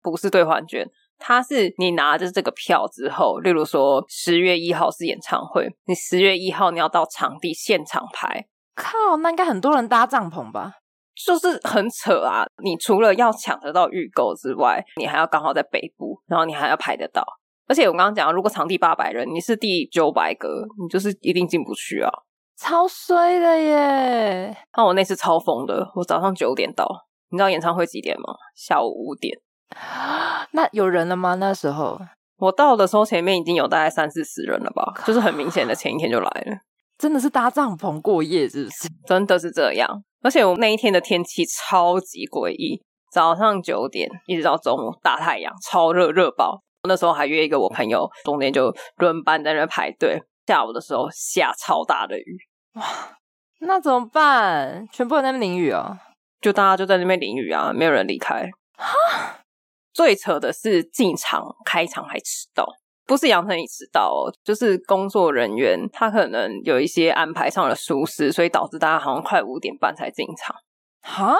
[SPEAKER 1] 不是兑换券，它是你拿着这个票之后，例如说十月一号是演唱会，你十月一号你要到场地现场排，
[SPEAKER 2] 靠，那应该很多人搭帐篷吧？
[SPEAKER 1] 就是很扯啊！你除了要抢得到预购之外，你还要刚好在北部，然后你还要排得到。而且我刚刚讲，如果场地八百人，你是第九百个，你就是一定进不去啊。
[SPEAKER 2] 超衰的耶！
[SPEAKER 1] 那我那次超疯的，我早上九点到，你知道演唱会几点吗？下午五点。
[SPEAKER 2] 那有人了吗？那时候
[SPEAKER 1] 我到的时候，前面已经有大概三四十人了吧，就是很明显的前一天就来了，
[SPEAKER 2] 真的是搭帐篷过夜，是不是？
[SPEAKER 1] 真的是这样。而且我那一天的天气超级诡异，早上九点一直到中午大太阳，超热热爆，那时候还约一个我朋友，中间就轮班在那排队。下午的时候下超大的雨，
[SPEAKER 2] 那怎么办？全部人在那边淋雨哦。
[SPEAKER 1] 就大家就在那边淋雨啊，没有人离开。最扯的是进场开场还迟到，不是杨丞琳迟到哦，就是工作人员他可能有一些安排上的疏失，所以导致大家好像快五点半才进场。
[SPEAKER 2] 哈，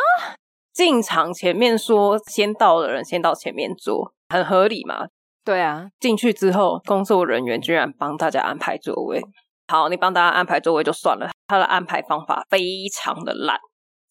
[SPEAKER 1] 进场前面说先到的人先到前面坐，很合理嘛，
[SPEAKER 2] 对啊，
[SPEAKER 1] 进去之后，工作人员居然帮大家安排座位。好，你帮大家安排座位就算了，他的安排方法非常的烂。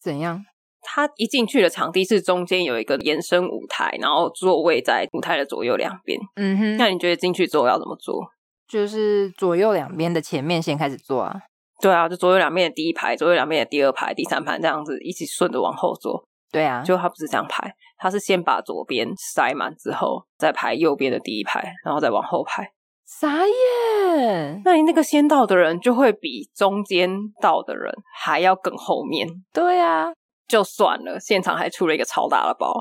[SPEAKER 2] 怎样？
[SPEAKER 1] 他一进去的场地是中间有一个延伸舞台，然后座位在舞台的左右两边。
[SPEAKER 2] 嗯哼，
[SPEAKER 1] 那你觉得进去之后要怎么做？
[SPEAKER 2] 就是左右两边的前面先开始做啊。
[SPEAKER 1] 对啊，就左右两边的第一排，左右两边的第二排、第三排这样子一起顺着往后坐。
[SPEAKER 2] 对啊，
[SPEAKER 1] 就他不是这样排，他是先把左边塞满之后，再排右边的第一排，然后再往后排。
[SPEAKER 2] 傻眼。
[SPEAKER 1] 那你那个先到的人就会比中间到的人还要更后面，
[SPEAKER 2] 对啊，
[SPEAKER 1] 就算了，现场还出了一个超大的包。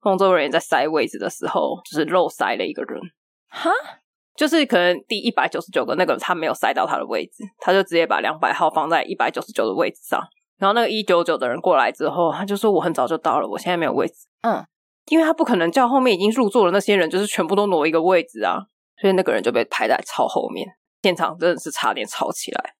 [SPEAKER 1] 工作人员在塞位置的时候，就是漏塞了一个人，
[SPEAKER 2] 哈，
[SPEAKER 1] 就是可能第一百九十九个那个他没有塞到他的位置，他就直接把两百号放在一百九十九的位置上。然后那个一九九的人过来之后，他就说我很早就到了，我现在没有位置。
[SPEAKER 2] 嗯，
[SPEAKER 1] 因为他不可能叫后面已经入座的那些人，就是全部都挪一个位置啊，所以那个人就被排在超后面，现场真的是差点吵起来。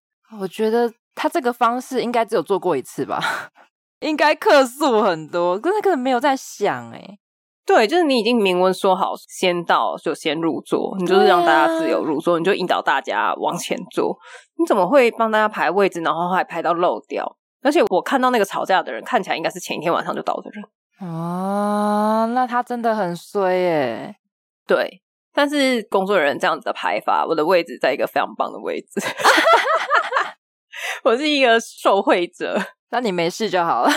[SPEAKER 2] 我觉得他这个方式应该只有做过一次吧， 应该客诉很多，可是他根本没有在想哎、
[SPEAKER 1] 对，就是你已经明文说好，先到就先入座，你就是让大家自由入座，你就引导大家往前坐。你怎么会帮大家排位置，然后还排到漏掉？而且我看到那个吵架的人，看起来应该是前一天晚上就到的人。
[SPEAKER 2] 哦，那他真的很衰哎、
[SPEAKER 1] 对，但是工作人员这样子的排法，我的位置在一个非常棒的位置。 我是一个受惠者，
[SPEAKER 2] 那你没事就好了。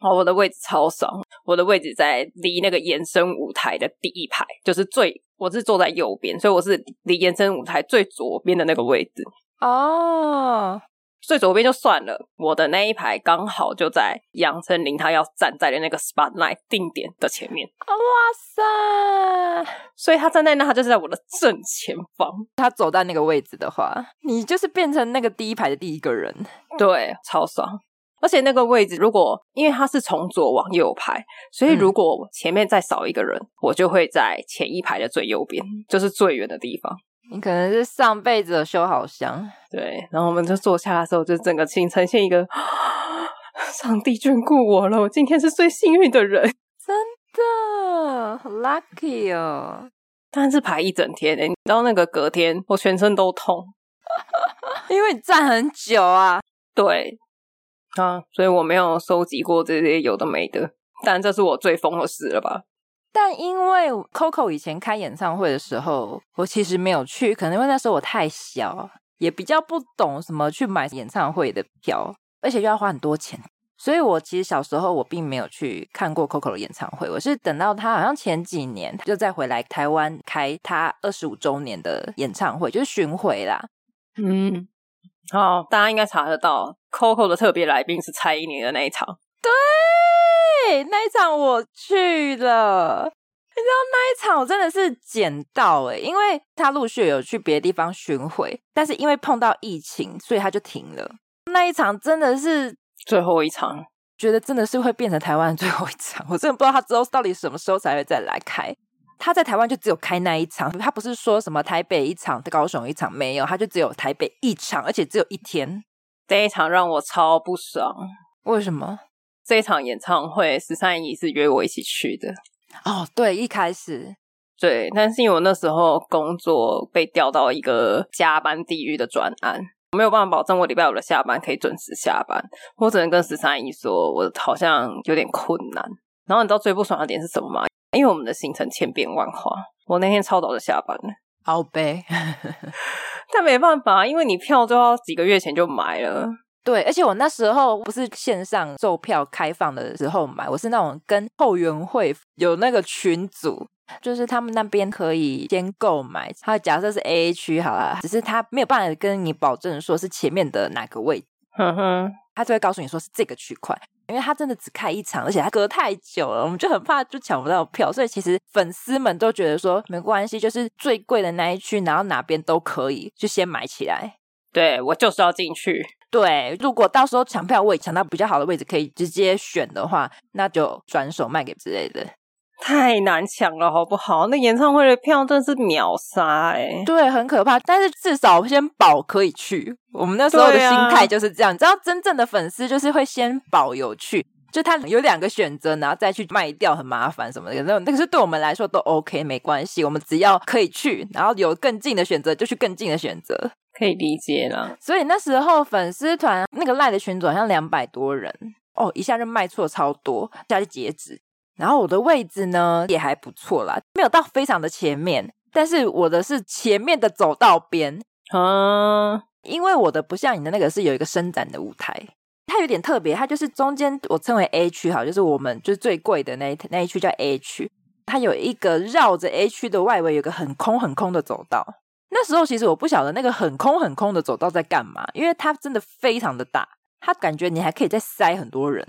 [SPEAKER 1] 哦，我的位置超爽，我的位置在离那个延伸舞台的第一排，就是最我是坐在右边，所以我是离延伸舞台最左边的那个位置。
[SPEAKER 2] 哦，
[SPEAKER 1] 最左边就算了，我的那一排刚好就在杨丞琳她要站在的那个 spotlight 定点的前面，
[SPEAKER 2] 哇塞！
[SPEAKER 1] 所以她站在那，她就是在我的正前方。
[SPEAKER 2] 他走到那个位置的话，你就是变成那个第一排的第一个人。
[SPEAKER 1] 对，超爽。而且那个位置，如果因为它是从左往右排，所以如果前面再少一个人，我就会在前一排的最右边，就是最远的地方。
[SPEAKER 2] 你可能是上辈子有修好香，
[SPEAKER 1] 对，然后我们就坐下的时候，就整个情呈现一个 上帝眷顾我了，我今天是最幸运的人。
[SPEAKER 2] 的好 lucky 哦。
[SPEAKER 1] 但是排一整天、欸，你知道那个隔天我全身都痛，
[SPEAKER 2] 因为你站很久啊。
[SPEAKER 1] 对啊，所以我没有收集过这些有的没的，但这是我最疯的事了吧？
[SPEAKER 2] 但因为 Coco 以前开演唱会的时候，我其实没有去，可能因为那时候我太小，也比较不懂什么去买演唱会的票，而且又要花很多钱，所以我其实小时候我并没有去看过 Coco 的演唱会，我是等到他好像前几年就再回来台湾开他二十五周年的演唱会，就是巡回啦。
[SPEAKER 1] 嗯，好，大家应该查得到，Coco 的特别来宾是蔡依林的那一场，
[SPEAKER 2] 对，那一场我去了。你知道那一场我真的是捡到诶、因为他陆续有去别的地方巡回，但是因为碰到疫情，所以他就停了。那一场真的是
[SPEAKER 1] 最后一场。
[SPEAKER 2] 觉得真的是会变成台湾的最后一场，我真的不知道他之后到底什么时候才会再来开。他在台湾就只有开那一场，他不是说什么台北一场、高雄一场没有，他就只有台北一场，而且只有一天。
[SPEAKER 1] 这一场让我超不爽。
[SPEAKER 2] 为什么？
[SPEAKER 1] 这一场演唱会，十三姨是约我一起去的，
[SPEAKER 2] 哦，对，一开始
[SPEAKER 1] 对，但是因为我那时候工作被调到一个加班地狱的专案，我没有办法保证我礼拜五的下班可以准时下班，我只能跟十三姨说，我好像有点困难。然后你知道最不爽的点是什么吗？因为我们的行程千变万化，我那天超早就下班了，
[SPEAKER 2] 鳌杯。
[SPEAKER 1] 但没办法，因为你票都要几个月前就买了，
[SPEAKER 2] 对，而且我那时候不是线上售票开放的时候买，我是那种跟后援会有那个群组，就是他们那边可以先购买。他假设是 A A 区好了，只是他没有办法跟你保证说是前面的哪个位置，
[SPEAKER 1] 哼哼。
[SPEAKER 2] 他就会告诉你说是这个区块，因为他真的只开一场，而且他隔太久了，我们就很怕就抢不到票，所以其实粉丝们都觉得说没关系，就是最贵的那一区，然后哪边都可以，就先买起来。
[SPEAKER 1] 对我就是要进去，
[SPEAKER 2] 对，如果到时候抢票我也抢到比较好的位置，可以直接选的话，那就转手卖给之类的。
[SPEAKER 1] 太难抢了，好不好？那演唱会的票真的是秒杀哎、
[SPEAKER 2] 对，很可怕，但是至少先保可以去。我们那时候的
[SPEAKER 1] 对
[SPEAKER 2] 心
[SPEAKER 1] 啊
[SPEAKER 2] 态就是这样，你知道，真正的粉丝就是会先保有去，就他有两个选择，然后再去卖掉，很麻烦什么的。那那个是对我们来说都 OK，没关系，我们只要可以去，然后有更近的选择就去更近的选择。
[SPEAKER 1] 可以理解啦。
[SPEAKER 2] 所以那时候粉丝团那个赖的群组好像两百多人哦，一下就卖错超多，一下就截止。然后我的位置呢也还不错啦，没有到非常的前面，但是我的是前面的走道边，
[SPEAKER 1] 啊，
[SPEAKER 2] 因为我的不像你的那个是有一个伸展的舞台，它有点特别，它就是中间我称为 A 区哈，就是我们就是最贵的那一那一区叫 A 区，它有一个绕着 A 区的外围有一个很空很空的走道。那时候其实我不晓得那个很空很空的走道在干嘛，因为它真的非常的大，它感觉你还可以再塞很多人。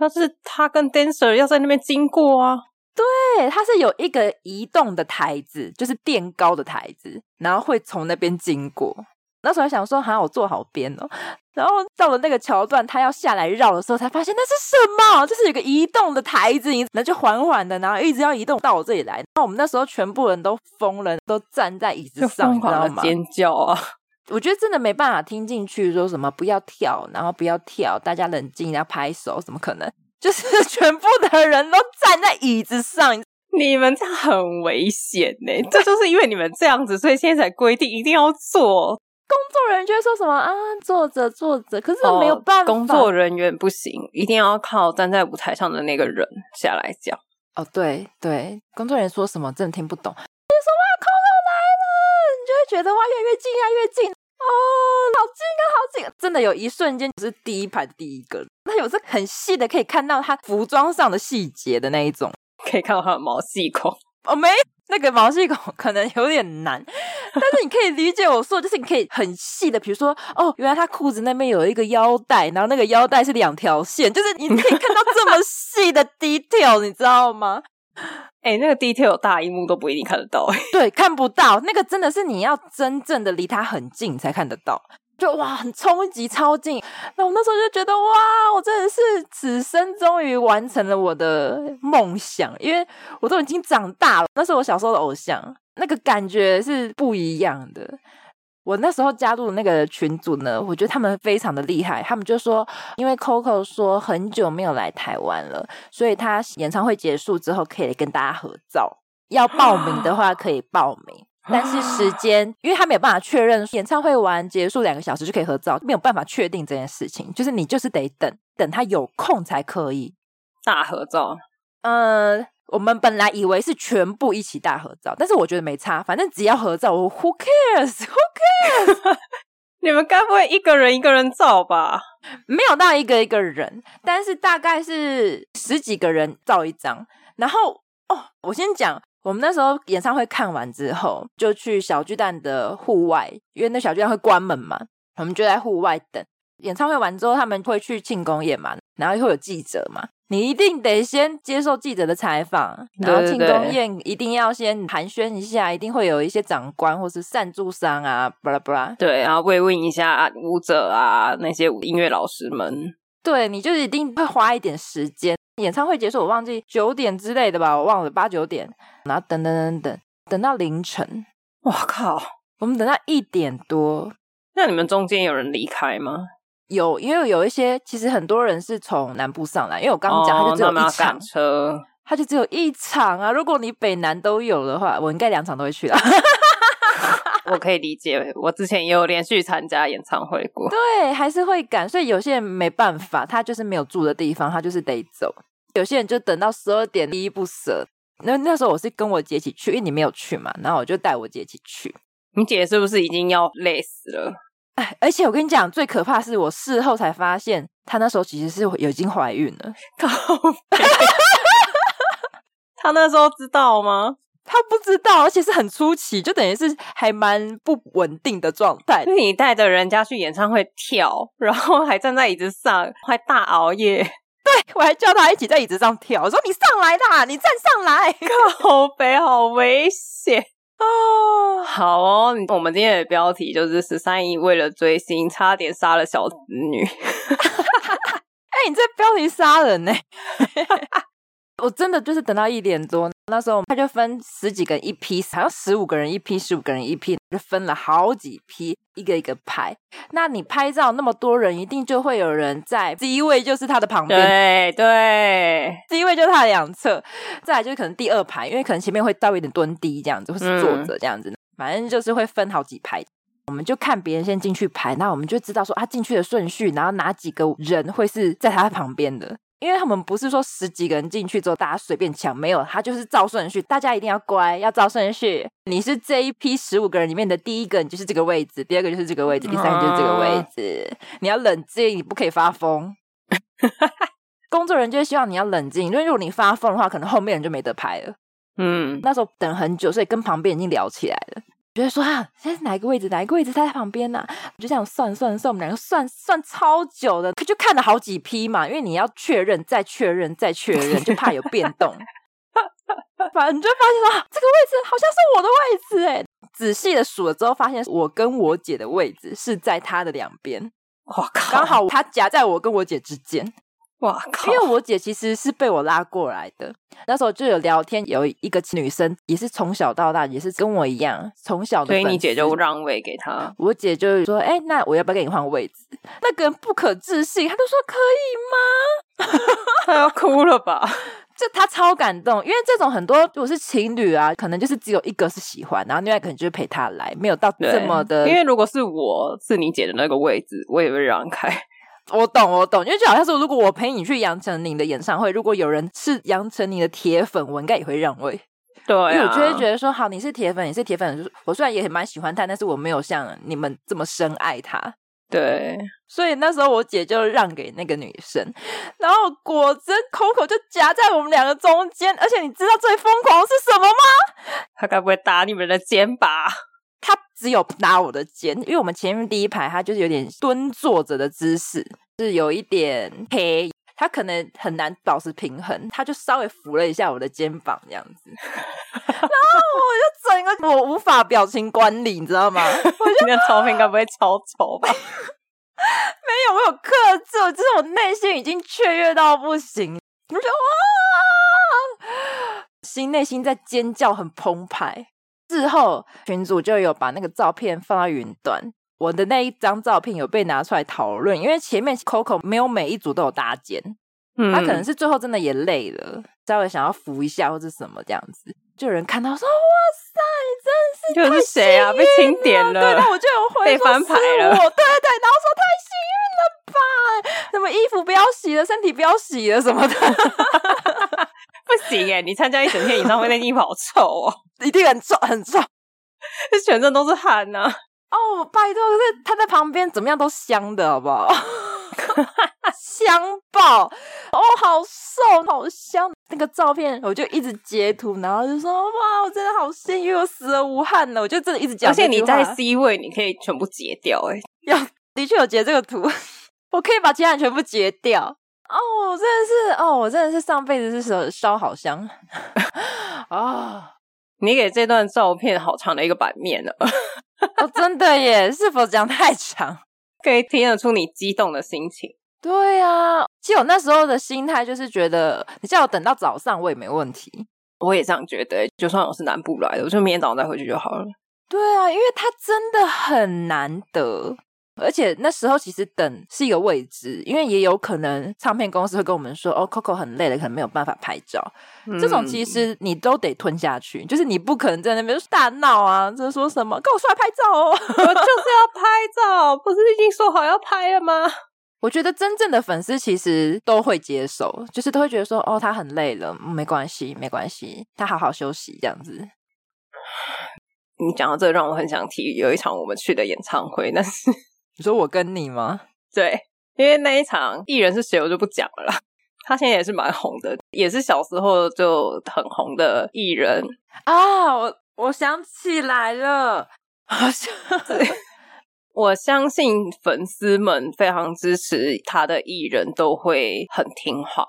[SPEAKER 1] 但是他跟 dancer 要在那边经过啊，
[SPEAKER 2] 对，它是有一个移动的台子，就是垫高的台子，然后会从那边经过。那时候还想说，哈，我坐好边哦。然后到了那个桥段，他要下来绕的时候，才发现那是什么？就是有个移动的台子，你那就缓缓的，然后一直要移动到我这里来。那我们那时候全部人都疯了，都站在椅子
[SPEAKER 1] 就
[SPEAKER 2] 上，
[SPEAKER 1] 疯
[SPEAKER 2] 你知
[SPEAKER 1] 狂
[SPEAKER 2] 道
[SPEAKER 1] 的
[SPEAKER 2] 吗？
[SPEAKER 1] 尖叫啊！
[SPEAKER 2] 我觉得真的没办法听进去，说什么不要跳，然后不要跳，大家冷静，然后拍手，怎么可能？就是 全部的人都站在椅子上，
[SPEAKER 1] 你们这样很危险呢、这就是因为你们这样子，所以现在才规定一定要做。
[SPEAKER 2] 工作人员就会说什么啊，坐着坐着，可是没有
[SPEAKER 1] 哦
[SPEAKER 2] 办法。
[SPEAKER 1] 工作人员不行，一定要靠站在舞台上的那个人下来讲。
[SPEAKER 2] 哦，对对，工作人员说什么真的听不懂。就说哇，空空来了，你就会觉得哇，越来越近，越来越近。哇，哦好近啊，好近啊！真的有一瞬间就是第一排的第一个，那有这很细的可以看到他服装上的细节的那一种。
[SPEAKER 1] 可以看到它的毛细孔。
[SPEAKER 2] 哦，没， 那个毛细孔可能有点难，但是你可以理解我说，就是你可以很细的，比如说，哦，原来他裤子那边有一个腰带，然后那个腰带是两条线，就是你可以看到这么细的 detail，你知道吗？
[SPEAKER 1] 哎、那个 detail 大荧幕都不一定看得到、哎，
[SPEAKER 2] 对，看不到那个真的是你要真正的离他很近才看得到，就哇，很冲击，超近。那我那时候就觉得哇，我真的是此生终于完成了我的梦想，因为我都已经长大了，那是我小时候的偶像，那个感觉是不一样的。我那时候加入的那个群组呢，我觉得他们非常的厉害。他们就说，因为 Coco 说很久没有来台湾了，所以他演唱会结束之后可以跟大家合照。要报名的话可以报名，但是时间，因为他没有办法确认演唱会完结束两个小时就可以合照，没有办法确定这件事情，就是你就是得等等他有空才可以。
[SPEAKER 1] 大合照，
[SPEAKER 2] 呃，我们本来以为是全部一起大合照，但是我觉得没差，反正只要合照，我 who cares？
[SPEAKER 1] 你们该不会一个人一个人照吧？
[SPEAKER 2] 没有到一个一个人，但是大概是十几个人照一张。然后哦，我先讲，我们那时候演唱会看完之后，就去小巨蛋的户外，因为那小巨蛋会关门嘛，我们就在户外等。演唱会完之后，他们会去庆功宴嘛，然后会有记者嘛，你一定得先接受记者的采访，然后
[SPEAKER 1] 对
[SPEAKER 2] 庆
[SPEAKER 1] 对对
[SPEAKER 2] 功宴一定要先寒暄一下，一定会有一些长官或是赞助商啊，巴拉巴拉，
[SPEAKER 1] 对，然后慰问一下舞者啊，那些音乐老师们。
[SPEAKER 2] 对你就是一定会花一点时间。演唱会结束，我忘记九点之类的吧，我忘了八九点，然后等等等等，等到凌晨，
[SPEAKER 1] 哇靠！
[SPEAKER 2] 我们等到一点多。
[SPEAKER 1] 那你们中间有人离开吗？
[SPEAKER 2] 有，因为有一些其实很多人是从南部上来，因为我刚刚讲，他就
[SPEAKER 1] 哦
[SPEAKER 2] 只有
[SPEAKER 1] 那么
[SPEAKER 2] 一
[SPEAKER 1] 要
[SPEAKER 2] 场
[SPEAKER 1] 赶，车，
[SPEAKER 2] 他就只有一场啊。如果你北南都有的话，我应该两场都会去啦。
[SPEAKER 1] 我可以理解。我之前也有连续参加演唱会过。
[SPEAKER 2] 对，还是会赶，所以有些人没办法，他就是没有住的地方，他就是得走。有些人就等到十二点依依不舍。那那时候我是跟我姐一起去，因为你没有去嘛，然后我就带我姐一起去。
[SPEAKER 1] 你姐是不是已经要累死了？
[SPEAKER 2] 哎，而且我跟你讲，最可怕是我事后才发现，她那时候其实是有已经怀孕了，
[SPEAKER 1] 靠北！ 她那时候知道吗？
[SPEAKER 2] 她不知道，而且是很出奇，就等于是还蛮不稳定的状态。
[SPEAKER 1] 你带着人家去演唱会跳，然后还站在椅子上，还大熬夜，
[SPEAKER 2] 我还叫她一起在椅子上跳，我说你上来啦，你站上来。
[SPEAKER 1] 靠北，好危险。
[SPEAKER 2] 哦，
[SPEAKER 1] 好哦，我们今天的标题就是十三姨为了追星差点杀了小子女。
[SPEAKER 2] 哎、你这标题杀人呢、 我真的就是等到一点多，那时候他就分十几个人一批，好像十五个人一批，十五个人一批，就分了好几批，一个一个拍。那你拍照那么多人，一定就会有人在第一位，就是他的旁边，
[SPEAKER 1] 对对，
[SPEAKER 2] 第一位就是他的两侧，再来就是可能第二排，因为可能前面会稍微有点蹲低这样子，或是坐着这样子，反正就是会分好几排。我们就看别人先进去排，那我们就知道说啊进去的顺序，然后哪几个人会是在他旁边的。因为他们不是说十几个人进去之后大家随便抢，没有，他就是照顺序，大家一定要乖，要照顺序。你是这一批十五个人里面的第一个，你就是这个位置；第二个就是这个位置；第三个就是这个位置。你要冷静，你不可以发疯。工作人员就会希望你要冷静，因为如果你发疯的话，可能后面人就没得拍了。
[SPEAKER 1] 嗯，
[SPEAKER 2] 那时候等很久，所以跟旁边已经聊起来了。觉得说啊，现在是哪一个位置？哪一个位置他在旁边呢、我就这样算算算，我们两个算算超久的，可就看了好几批嘛，因为你要确认再确认再确认，就怕有变动。反正你就发现说、啊，这个位置好像是我的位置哎。仔细的数了之后，发现我跟我姐的位置是在她的两边，
[SPEAKER 1] 我靠，
[SPEAKER 2] 刚，好她夹在我跟我姐之间。
[SPEAKER 1] 我靠
[SPEAKER 2] 因，为我姐其实是被我拉过来的，那时候就有聊天，有一个女生也是从小到大，也是跟我一样，从小的
[SPEAKER 1] 所
[SPEAKER 2] 粉丝。
[SPEAKER 1] 以你姐就让位给 她。
[SPEAKER 2] 我姐就说：“哎、那我要不要跟你换位置？”那个人不可置信，她就说：“可以吗
[SPEAKER 1] 她要哭了吧？？”
[SPEAKER 2] 就她超感动，因为这种很多如果是情侣啊，可能就是只有一个是喜欢，然后另外可能就是陪她来，没有到
[SPEAKER 1] 对
[SPEAKER 2] 这么的。
[SPEAKER 1] 因为如果是我是你姐的那个位置，我也会让 开。
[SPEAKER 2] 我懂，我懂，因为就好像说，如果我陪你去杨丞琳的演唱会，如果有人是杨丞琳的铁粉，我应该也会让位。
[SPEAKER 1] 对啊，
[SPEAKER 2] 因为我就会觉得说，好，你是铁粉，你是铁粉，就是我虽然也蛮喜欢他，但是我没有像你们这么深爱他。
[SPEAKER 1] 对，
[SPEAKER 2] 所以那时候我姐就让给那个女生，然后果真 Coco 就夹在我们两个中间，而且你知道最疯狂的是什么吗？
[SPEAKER 1] 他该不会打你们的肩膀？
[SPEAKER 2] 他只有打我的肩，因为我们前面第一排他就是有点蹲坐着的姿势，是有一点黑，他可能很难保持平衡，他就稍微扶了一下我的肩膀这样子， 然后我就整个我无法表情管理，你知道吗？
[SPEAKER 1] 你的照片该不会超丑吧？
[SPEAKER 2] 没有，我有克制，就是我内心已经雀跃到不行，我就觉得哇，心内心在尖叫，很澎湃。事后群主就有把那个照片放到云端，我的那一张照片有被拿出来讨论，因为前面 Coco 没有每一组都有搭肩，
[SPEAKER 1] 嗯
[SPEAKER 2] 他可能是最后真的也累了，稍微想要扶一下或者什么这样子，就有人看到说哇塞，你真
[SPEAKER 1] 这
[SPEAKER 2] 的是
[SPEAKER 1] 个是
[SPEAKER 2] 太
[SPEAKER 1] 谁啊
[SPEAKER 2] 幸运
[SPEAKER 1] 被清点了
[SPEAKER 2] 对，那我就有回
[SPEAKER 1] 被
[SPEAKER 2] 说
[SPEAKER 1] 翻牌
[SPEAKER 2] 是
[SPEAKER 1] 了
[SPEAKER 2] 我对对对，然后说太幸运了吧，什么衣服不要洗了，身体不要洗了什么的，
[SPEAKER 1] 不行哎、你参加一整天演唱会，那衣服好臭哦，
[SPEAKER 2] 一定很重很重。
[SPEAKER 1] 这全身都是汗啊呐、
[SPEAKER 2] 哦，拜托，可是他在旁边怎么样都香的好不好？ 香爆！哦，好瘦，好香。那个照片我就一直截图，然后就说哇，我真的好幸运，我死而无憾了。我就真的一直讲
[SPEAKER 1] 而
[SPEAKER 2] 这
[SPEAKER 1] 且你
[SPEAKER 2] 句话，
[SPEAKER 1] 在 C 位，你可以全部截掉哎、
[SPEAKER 2] 的确有截这个图，我可以把其他人全部截掉。哦，我真的是，哦，我真的是上辈子是烧烧好 香啊！
[SPEAKER 1] 你给这段照片好长的一个版面呢，
[SPEAKER 2] 哦，真的耶，是否讲太长？
[SPEAKER 1] 可以听得出你激动的心情。
[SPEAKER 2] 对啊，其实我那时候的心态就是觉得，你叫我等到早上我也没问题。
[SPEAKER 1] 我也这样觉得、欸就算我是南部来的，我就明天早上再回去就好了。
[SPEAKER 2] 对啊，因为它真的很难得，而且那时候其实等是一个未知，因为也有可能唱片公司会跟我们说，哦，Coco 很累了，可能没有办法拍照。这种其
[SPEAKER 1] 嗯
[SPEAKER 2] 实你都得吞下去，就是你不可能在那边大闹啊，就是说什么跟我出来拍照哦。
[SPEAKER 1] 我就是要拍照，不是已经说好要拍了吗？
[SPEAKER 2] 我觉得真正的粉丝其实都会接受，就是都会觉得说，哦，他很累了，嗯没关系，没关系，他好好休息这样子。
[SPEAKER 1] 你讲到这，让我很想提有一场我们去的演唱会，但是
[SPEAKER 2] 你说我跟你吗？
[SPEAKER 1] 对，因为那一场艺人是谁，我就不讲了啦。他现在也是蛮红的，也是小时候就很红的艺人，
[SPEAKER 2] 啊，我我想起来了，好像
[SPEAKER 1] 我相信粉丝们非常支持他的艺人，都会很听话。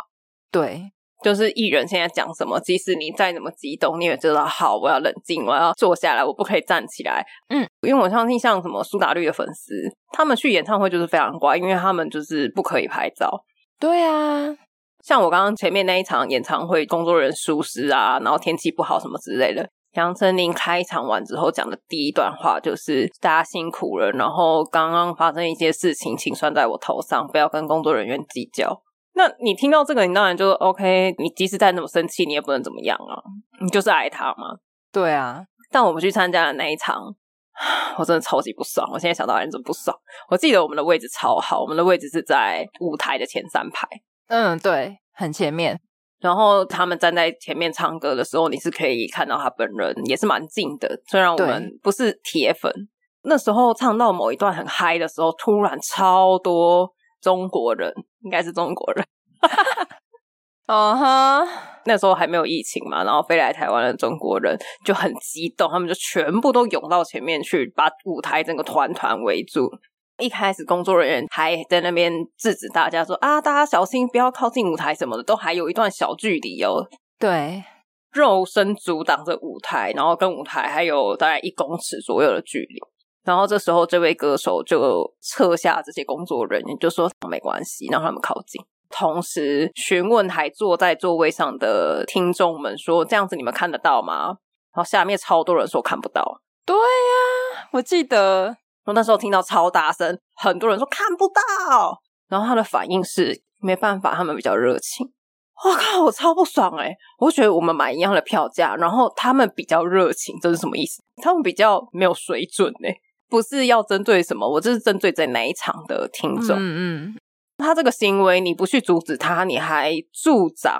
[SPEAKER 2] 对，
[SPEAKER 1] 就是艺人现在讲什么，即使你再怎么激动，你也知道，好，我要冷静，我要坐下来，我不可以站起来。
[SPEAKER 2] 嗯，
[SPEAKER 1] 因为我相信像什么苏打绿的粉丝，他们去演唱会就是非常乖，因为他们就是不可以拍照。
[SPEAKER 2] 对啊，
[SPEAKER 1] 像我刚刚前面那一场演唱会，工作人员疏失啊，然后天气不好什么之类的。杨丞琳开场完之后讲的第一段话就是：“大家辛苦了，然后刚刚发生一些事情，请算在我头上，不要跟工作人员计较。”那你听到这个，你当然就 OK，你即使再怎么生气，你也不能怎么样啊，你就是爱他嘛。
[SPEAKER 2] 对啊，
[SPEAKER 1] 但我们去参加的那一场， 我真的超级不爽，我现在想到还是真不爽。我记得我们的位置超好，我们的位置是在舞台的前三排。
[SPEAKER 2] 嗯，对，很前面，
[SPEAKER 1] 然后他们站在前面唱歌的时候，你是可以看到他本人，也是蛮近的。虽然我们不是铁粉，那时候唱到某一段很嗨的时候，突然超多中国人，应该是中国人。
[SPEAKER 2] 哦哈，
[SPEAKER 1] 那时候还没有疫情嘛，然后飞来台湾的中国人就很激动，他们就全部都涌到前面去，把舞台整个团团围住。一开始工作人员还在那边制止大家说啊，大家小心，不要靠近舞台什么的，都还有一段小距离哦。
[SPEAKER 2] 对，
[SPEAKER 1] 肉身阻挡着舞台，然后跟舞台还有大概一公尺左右的距离。然后这时候，这位歌手就撤下这些工作人员，就说没关系，让他们靠近。同时询问还坐在座位上的听众们说：“这样子你们看得到吗？”然后下面超多人说看不到。
[SPEAKER 2] 对呀、我记得，
[SPEAKER 1] 我那时候听到超大声，很多人说看不到。然后他的反应是没办法，他们比较热情。我靠，我超不爽哎、我觉得我们买一样的票价，然后他们比较热情，这是什么意思？他们比较没有水准哎、不是要针对什么，我这是针对在哪一场的听
[SPEAKER 2] 嗯
[SPEAKER 1] 众。
[SPEAKER 2] 嗯，
[SPEAKER 1] 他这个行为，你不去阻止他，你还助长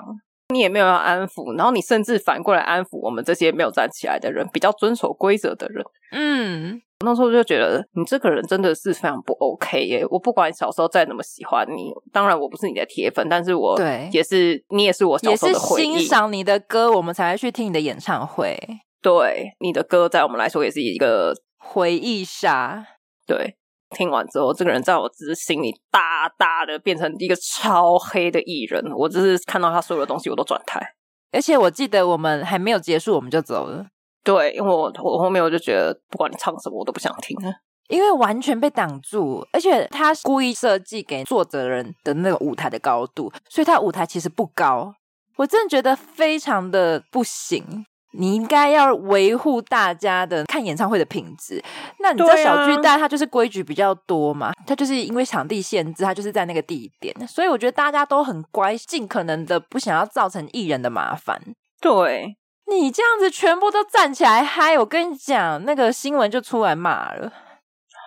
[SPEAKER 1] 你也没有要安抚，然后你甚至反过来安抚我们这些没有站起来的人，比较遵守规则的人。
[SPEAKER 2] 嗯，
[SPEAKER 1] 那时候就觉得你这个人真的是非常不 OK 耶、我不管小时候再怎么喜欢你，当然我不是你的铁粉，但是我
[SPEAKER 2] 对
[SPEAKER 1] 也是你也是我小
[SPEAKER 2] 也
[SPEAKER 1] 时候
[SPEAKER 2] 是
[SPEAKER 1] 的回忆。
[SPEAKER 2] 欣赏你的歌，我们才会去听你的演唱会，
[SPEAKER 1] 对你的歌，在我们来说也是一个
[SPEAKER 2] 回忆杀。
[SPEAKER 1] 对。听完之后，这个人在我只是心里大大的变成一个超黑的艺人，我只是看到他所有的东西我都转台。
[SPEAKER 2] 而且我记得我们还没有结束，我们就走了，
[SPEAKER 1] 对，因为我我后面我就觉得，不管你唱什么，我都不想听了。
[SPEAKER 2] 因为完全被挡住，而且他故意设计给作者人的那个舞台的高度，所以他舞台其实不高，我真的觉得非常的不行。你应该要维护大家的看演唱会的品质。那你知道
[SPEAKER 1] 对啊
[SPEAKER 2] 小巨蛋它就是规矩比较多嘛，它就是因为场地限制，它就是在那个地点，所以我觉得大家都很乖，尽可能的不想要造成艺人的麻烦。
[SPEAKER 1] 对，
[SPEAKER 2] 你这样子全部都站起来嗨，我跟你讲，那个新闻就出来骂了。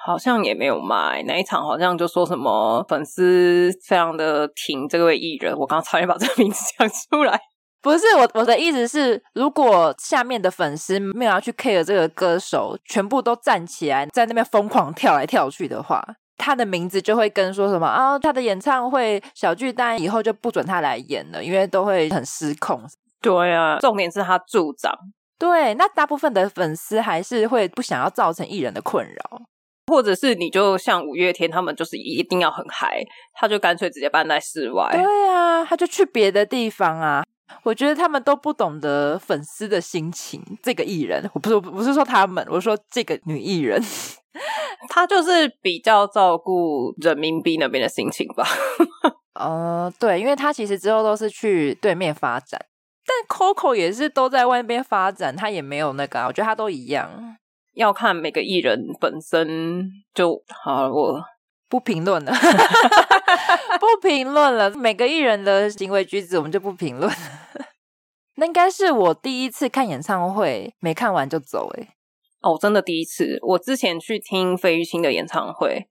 [SPEAKER 1] 好像也没有卖那一场，好像就说什么粉丝非常的挺这位艺人，我刚差点把这个名字讲出来。
[SPEAKER 2] 不是我我的意思是，如果下面的粉丝没有要去 care 这个歌手，全部都站起来在那边疯狂跳来跳去的话，他的名字就会跟说什么啊，他的演唱会小巨蛋以后就不准他来演了，因为都会很失控。
[SPEAKER 1] 对啊，重点是他助长，
[SPEAKER 2] 对，那大部分的粉丝还是会不想要造成艺人的困扰。
[SPEAKER 1] 或者是你就像五月天他们，就是一定要很嗨，他就干脆直接办在室外。
[SPEAKER 2] 对啊，他就去别的地方啊。我觉得他们都不懂得粉丝的心情。这个艺人，我不是我不是说他们，我说这个女艺人。
[SPEAKER 1] 他就是比较照顾人民币那边的心情吧。
[SPEAKER 2] 呃，对，因为他其实之后都是去对面发展，但 Coco 也是都在外面发展，他也没有那个啊、我觉得他都一样，
[SPEAKER 1] 要看每个艺人本身就好了，我
[SPEAKER 2] 不评论了， 不评论了，每个艺人的行为举止我们就不评论了。 那应该是我第一次看演唱会，没看完就走、欸，
[SPEAKER 1] 哦，真的第一次。我之前去听费玉清的演唱会，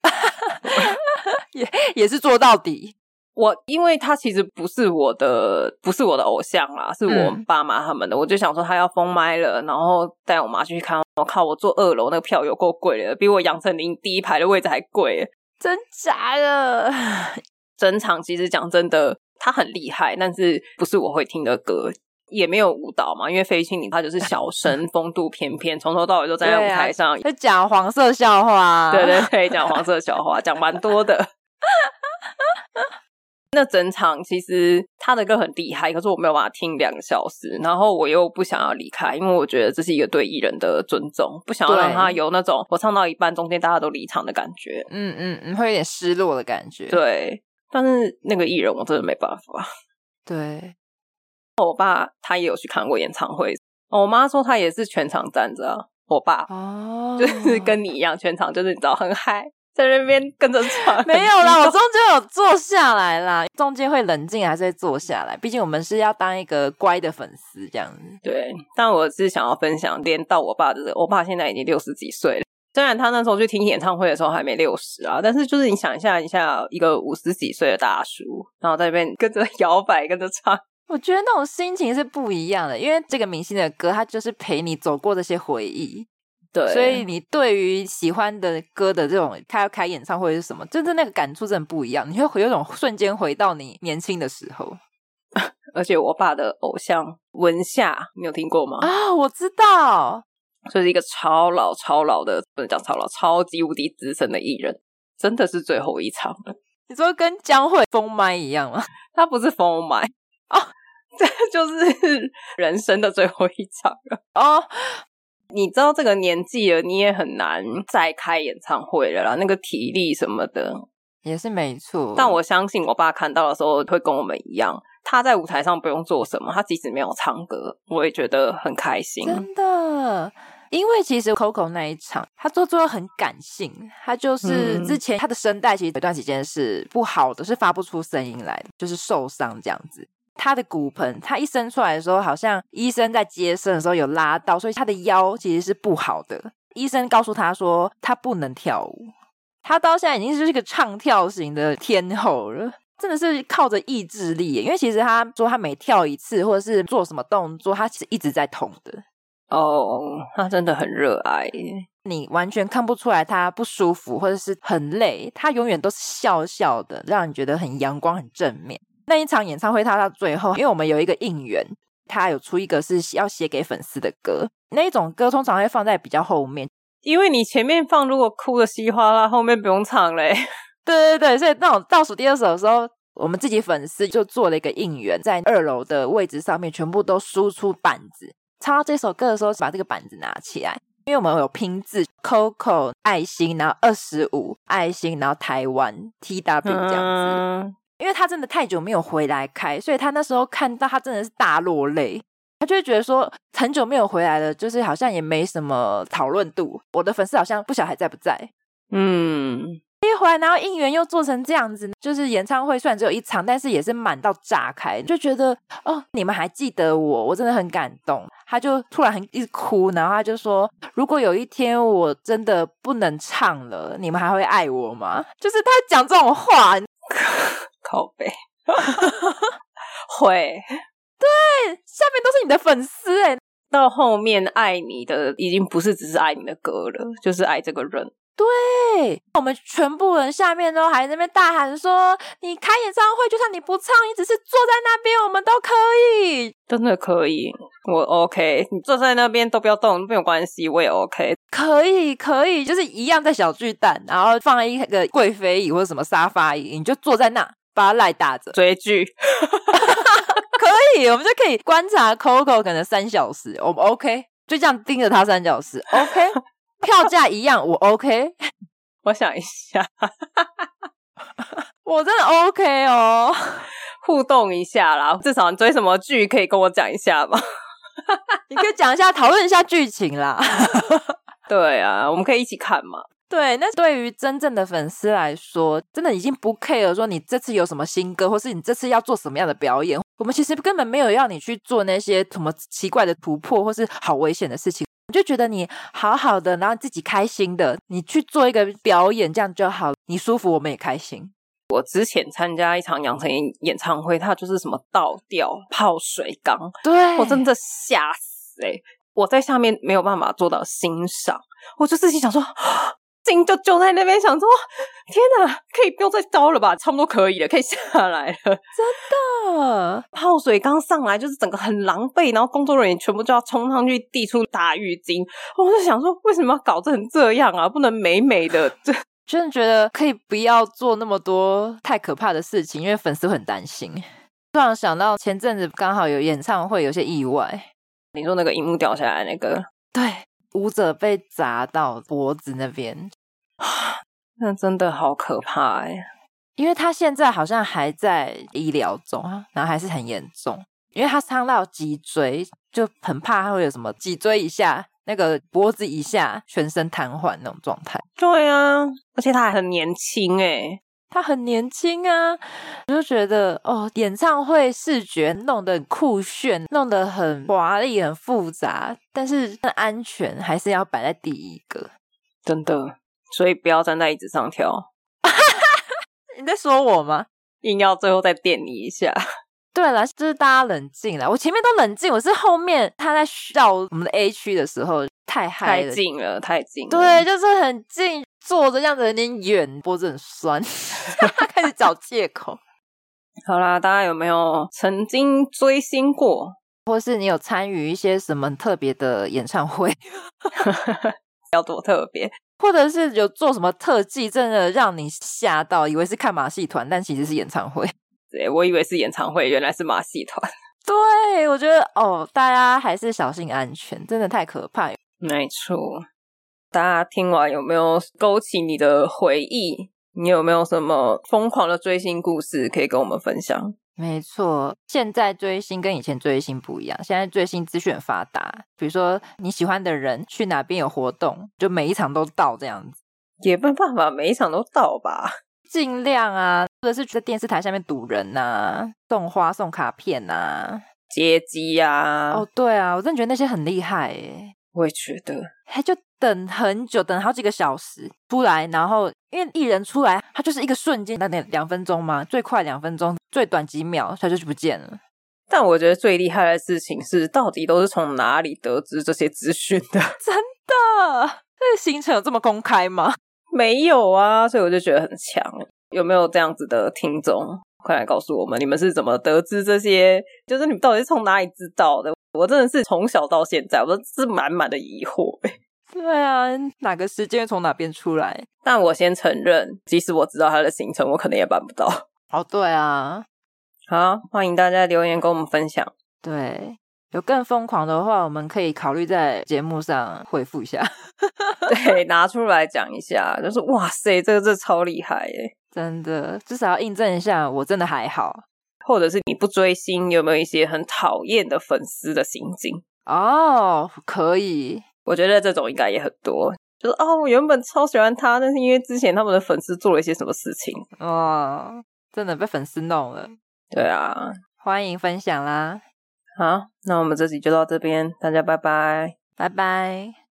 [SPEAKER 2] 也是做到底。
[SPEAKER 1] 我因为他其实不是我的，不是我的偶像啦，是我
[SPEAKER 2] 嗯
[SPEAKER 1] 爸妈他们的。我就想说他要封麦了，然后带我妈去看。我靠，我坐二楼那个票有够贵的，比我杨丞琳第一排的位置还贵。
[SPEAKER 2] 真假的？
[SPEAKER 1] 整场其实讲真的，他很厉害，但是不是我会听的歌。也没有舞蹈嘛，因为费玉清你他就是小 生，风度翩翩，从头到尾都站在舞
[SPEAKER 2] 对啊
[SPEAKER 1] 台上，
[SPEAKER 2] 在讲黄色笑话，啊
[SPEAKER 1] 对对对，讲黄色笑 话，讲蛮多的。 那整场其实他的歌很厉害，可是我没有办法听两个小时，然后我又不想要离开，因为我觉得这是一个对艺人的尊重，不想要让
[SPEAKER 2] 对
[SPEAKER 1] 他有那种我唱到一半中间大家都离场的感觉。
[SPEAKER 2] 嗯嗯嗯，会有点失落的感觉。
[SPEAKER 1] 对，但是那个艺人我真的没办法。
[SPEAKER 2] 对，
[SPEAKER 1] 我爸他也有去看过演唱会，哦我妈说他也是全场站着啊、我爸
[SPEAKER 2] 哦，
[SPEAKER 1] 就是跟你一样，全场就是你知道很嗨，在那边跟着唱。
[SPEAKER 2] 没有啦，
[SPEAKER 1] 很激动
[SPEAKER 2] 我中间有坐下来啦，中间会冷静还是会坐下来，毕竟我们是要当一个乖的粉丝这样子。
[SPEAKER 1] 对，但我是想要分享，连到我爸的这个，我爸现在已经六十几岁了。虽然他那时候去听演唱会的时候还没六十啊，但是就是你想一下，一下一个五十几岁的大叔，然后在那边跟着摇摆，跟着唱，
[SPEAKER 2] 我觉得那种心情是不一样的，因为这个明星的歌，它就是陪你走过这些回忆，
[SPEAKER 1] 对，
[SPEAKER 2] 所以你对于喜欢的歌的这种，他要开演唱会是什么，真的那个感触真的不一样，你会回有种瞬间回到你年轻的时候
[SPEAKER 1] 而且我爸的偶像文夏，你有听过吗？
[SPEAKER 2] 啊！我知道，
[SPEAKER 1] 就是一个超老超老的，不能讲超老，超级无敌资深的艺人，真的是最后一场了。
[SPEAKER 2] 你说跟江蕙封麦一样吗？
[SPEAKER 1] 他不是封麦哦， 这就是人生的最后一场。
[SPEAKER 2] 哦，
[SPEAKER 1] 你知道这个年纪了，你也很难再开演唱会了啦，那个体力什么的。
[SPEAKER 2] 也是没错，
[SPEAKER 1] 但我相信我爸看到的时候会跟我们一样，他在舞台上不用做什么，他即使没有唱歌，我也觉得很开心。
[SPEAKER 2] 真的，因为其实 Coco 那一场，他做最后很感性，他就是
[SPEAKER 1] 嗯
[SPEAKER 2] 之前他的声带其实有一段时间是不好的，是发不出声音来的，就是受伤这样子。他的骨盆，他一伸出来的时候，好像医生在接生的时候有拉到，所以他的腰其实是不好的。医生告诉他说，他不能跳舞。他到现在已经是一个唱跳型的天后了，真的是靠着意志力耶，因为其实他说他每跳一次或者是做什么动作，他是一直在痛的，
[SPEAKER 1] 哦，他真的很热爱耶，
[SPEAKER 2] 你完全看不出来他不舒服或者是很累，他永远都是笑笑的，让你觉得很阳光、很正面。那一场演唱会，他到最后，因为我们有一个应援，他有出一个是要写给粉丝的歌，那一种歌通常会放在比较后面。
[SPEAKER 1] 因为你前面放如果哭的稀哗啦，后面不用唱 嘞。
[SPEAKER 2] 对对对，所以那种倒数第二首的时候，我们自己粉丝就做了一个应援，在二楼的位置上面全部都输出板子，唱到这首歌的时候，把这个板子拿起来，因为我们有拼字 Coco 爱心，然后二十五爱心，然后台湾 T W 这样子。
[SPEAKER 1] 嗯
[SPEAKER 2] 因为他真的太久没有回来开，所以他那时候看到他真的是大落泪，他就会觉得说很久没有回来了，就是好像也没什么讨论度，我的粉丝好像不晓得还在不在。
[SPEAKER 1] 嗯，
[SPEAKER 2] 一回来，然后应援又做成这样子，就是演唱会虽然只有一场，但是也是满到炸开，就觉得哦，你们还记得我，我真的很感动。他就突然很一直哭，然后他就说，如果有一天我真的不能唱了，你们还会爱我吗？就是他讲这种话，哎
[SPEAKER 1] 靠背 会
[SPEAKER 2] 下面都是你的粉丝哎、
[SPEAKER 1] 到后面爱你的已经不是只是爱你的歌了，就是爱这个人。
[SPEAKER 2] 对，我们全部人下面都还在那边大喊说：“你开演唱会，就算你不唱，你只是坐在那边，我们都可以。
[SPEAKER 1] 真的可以，我 OK。你坐在那边都不要动，没有关系，我也 OK。”
[SPEAKER 2] 可以，可以，就是一样在小巨蛋，然后放一个贵妃椅或者什么沙发椅，你就坐在那，把它赖打着，
[SPEAKER 1] 追剧，
[SPEAKER 2] 可以，我们就可以观察 Coco 可能三小时，我们 OK，就这样盯着他三小时，OK，票价一样，我 OK，
[SPEAKER 1] 我想一下，
[SPEAKER 2] 我真的 OK 哦。
[SPEAKER 1] 互动一下啦。至少你追什么剧可以跟我讲一下吧。
[SPEAKER 2] 你可以讲一下，讨论一下剧情啦。
[SPEAKER 1] 对啊，我们可以一起看嘛。
[SPEAKER 2] 对，那对于真正的粉丝来说，真的已经不 care 说你这次有什么新歌，或是你这次要做什么样的表演。我们其实根本没有要你去做那些什么奇怪的突破，或是好危险的事情。我就觉得你好好的，然后自己开心的，你去做一个表演，这样就好。你舒服，我们也开心。
[SPEAKER 1] 我之前参加一场杨丞琳演唱会，它就是什么倒吊、泡水缸，
[SPEAKER 2] 对，
[SPEAKER 1] 我真的吓死哎、欸！我在下面没有办法做到欣赏，我就自己想说， 啊心就就在那边想说， 天哪，可以不用再招了吧？差不多可以了，可以下来了。
[SPEAKER 2] 的
[SPEAKER 1] 泡水刚上来就是整个很狼狈，然后工作人员全部就要冲上去递出大浴巾。我就想说，为什么要搞成这样啊？不能美美的， 这
[SPEAKER 2] 真的觉得可以不要做那么多太可怕的事情，因为粉丝会很担心。突然想到前阵子刚好有演唱会，有些意外。
[SPEAKER 1] 你说那个荧幕掉下来那个，
[SPEAKER 2] 对，舞者被砸到脖子那边，
[SPEAKER 1] 那真的好可怕哎、欸！
[SPEAKER 2] 因为他现在好像还在医疗中啊，然后还是很严重，因为他伤到脊椎，就很怕他会有什么脊椎以下、那个脖子以下全身瘫痪那种状态。
[SPEAKER 1] 对啊，而且他还很年轻哎、
[SPEAKER 2] 他很年轻啊，我就觉得哦，演唱会视觉弄得很酷炫，弄得很华丽、很复杂，但是安全还是要摆在第一个。
[SPEAKER 1] 真的。所以不要站在椅子上跳，
[SPEAKER 2] 你在说我吗？
[SPEAKER 1] 硬要最后再电你一下。
[SPEAKER 2] 对了，就是大家冷静了。我前面都冷静，我是后面他在绕我们的 A 区的时候太 嗨
[SPEAKER 1] 太
[SPEAKER 2] 了，
[SPEAKER 1] 近了，太近了。
[SPEAKER 2] 对，，就是很近，坐着这样子有点远，脖子很酸， 开始找借口。
[SPEAKER 1] 好啦，大家有没有曾经追星过？
[SPEAKER 2] 或是你有参与一些什么特别的演唱会，
[SPEAKER 1] 要多特别？
[SPEAKER 2] 或者是有做什么特技，真的让你吓到，以为是看马戏团，但其实是演唱会。
[SPEAKER 1] 对，我以为是演唱会，原来是马戏团。
[SPEAKER 2] 对，我觉得哦，大家还是小心安全，真的太可怕。
[SPEAKER 1] 没错，大家听完有没有勾起你的回忆？你有没有什么疯狂的追星故事可以跟我们分享？
[SPEAKER 2] 没错，现在追星跟以前追星不一样，现在追星资讯很发达，比如说你喜欢的人去哪边有活动，就每一场都到这样子，
[SPEAKER 1] 也没办法，每一场都到吧。
[SPEAKER 2] 尽量啊，或者是在电视台下面堵人呐、送花送卡片呐、哦
[SPEAKER 1] 接机呀、啊，
[SPEAKER 2] 嗯哦，对啊，我真的觉得那些很厉害诶。
[SPEAKER 1] 我也觉得，
[SPEAKER 2] 他就等很久，等好几个小时出来，然后因为艺人出来，他就是一个瞬间，那得两分钟嘛，最快两分钟，最短几秒，他就去不见了。
[SPEAKER 1] 但我觉得最厉害的事情是，到底都是从哪里得知这些资讯的？
[SPEAKER 2] 啊，这个行程有这么公开吗？
[SPEAKER 1] 没有啊，所以我就觉得很强。有没有这样子的听众？快来告诉我们，你们是怎么得知这些？就是你们到底是从哪里知道的？我真的是从小到现在，我都是满满的疑惑。
[SPEAKER 2] 对啊，哪个时间从哪边出来？
[SPEAKER 1] 但我先承认，即使我知道他的行程，我可能也办不到。
[SPEAKER 2] 哦，对啊，
[SPEAKER 1] 好，欢迎大家留言跟我们分享。
[SPEAKER 2] 对，有更疯狂的话，我们可以考虑在节目上回复一下。
[SPEAKER 1] 对，拿出来讲一下，就是哇塞，这个这超厉害耶！
[SPEAKER 2] 真的，至少要印证一下，我真的还好
[SPEAKER 1] 或者是你不追星，有没有一些很讨厌的粉丝的行径？
[SPEAKER 2] 哦，可以。
[SPEAKER 1] 我觉得这种应该也很多。就是哦，我原本超喜欢他，但是因为之前他们的粉丝做了一些什么事情，
[SPEAKER 2] 哦，真的被粉丝弄了，
[SPEAKER 1] 对啊，
[SPEAKER 2] 欢迎分享啦，
[SPEAKER 1] 好，那我们这集就到这边，大家拜拜。
[SPEAKER 2] 拜拜。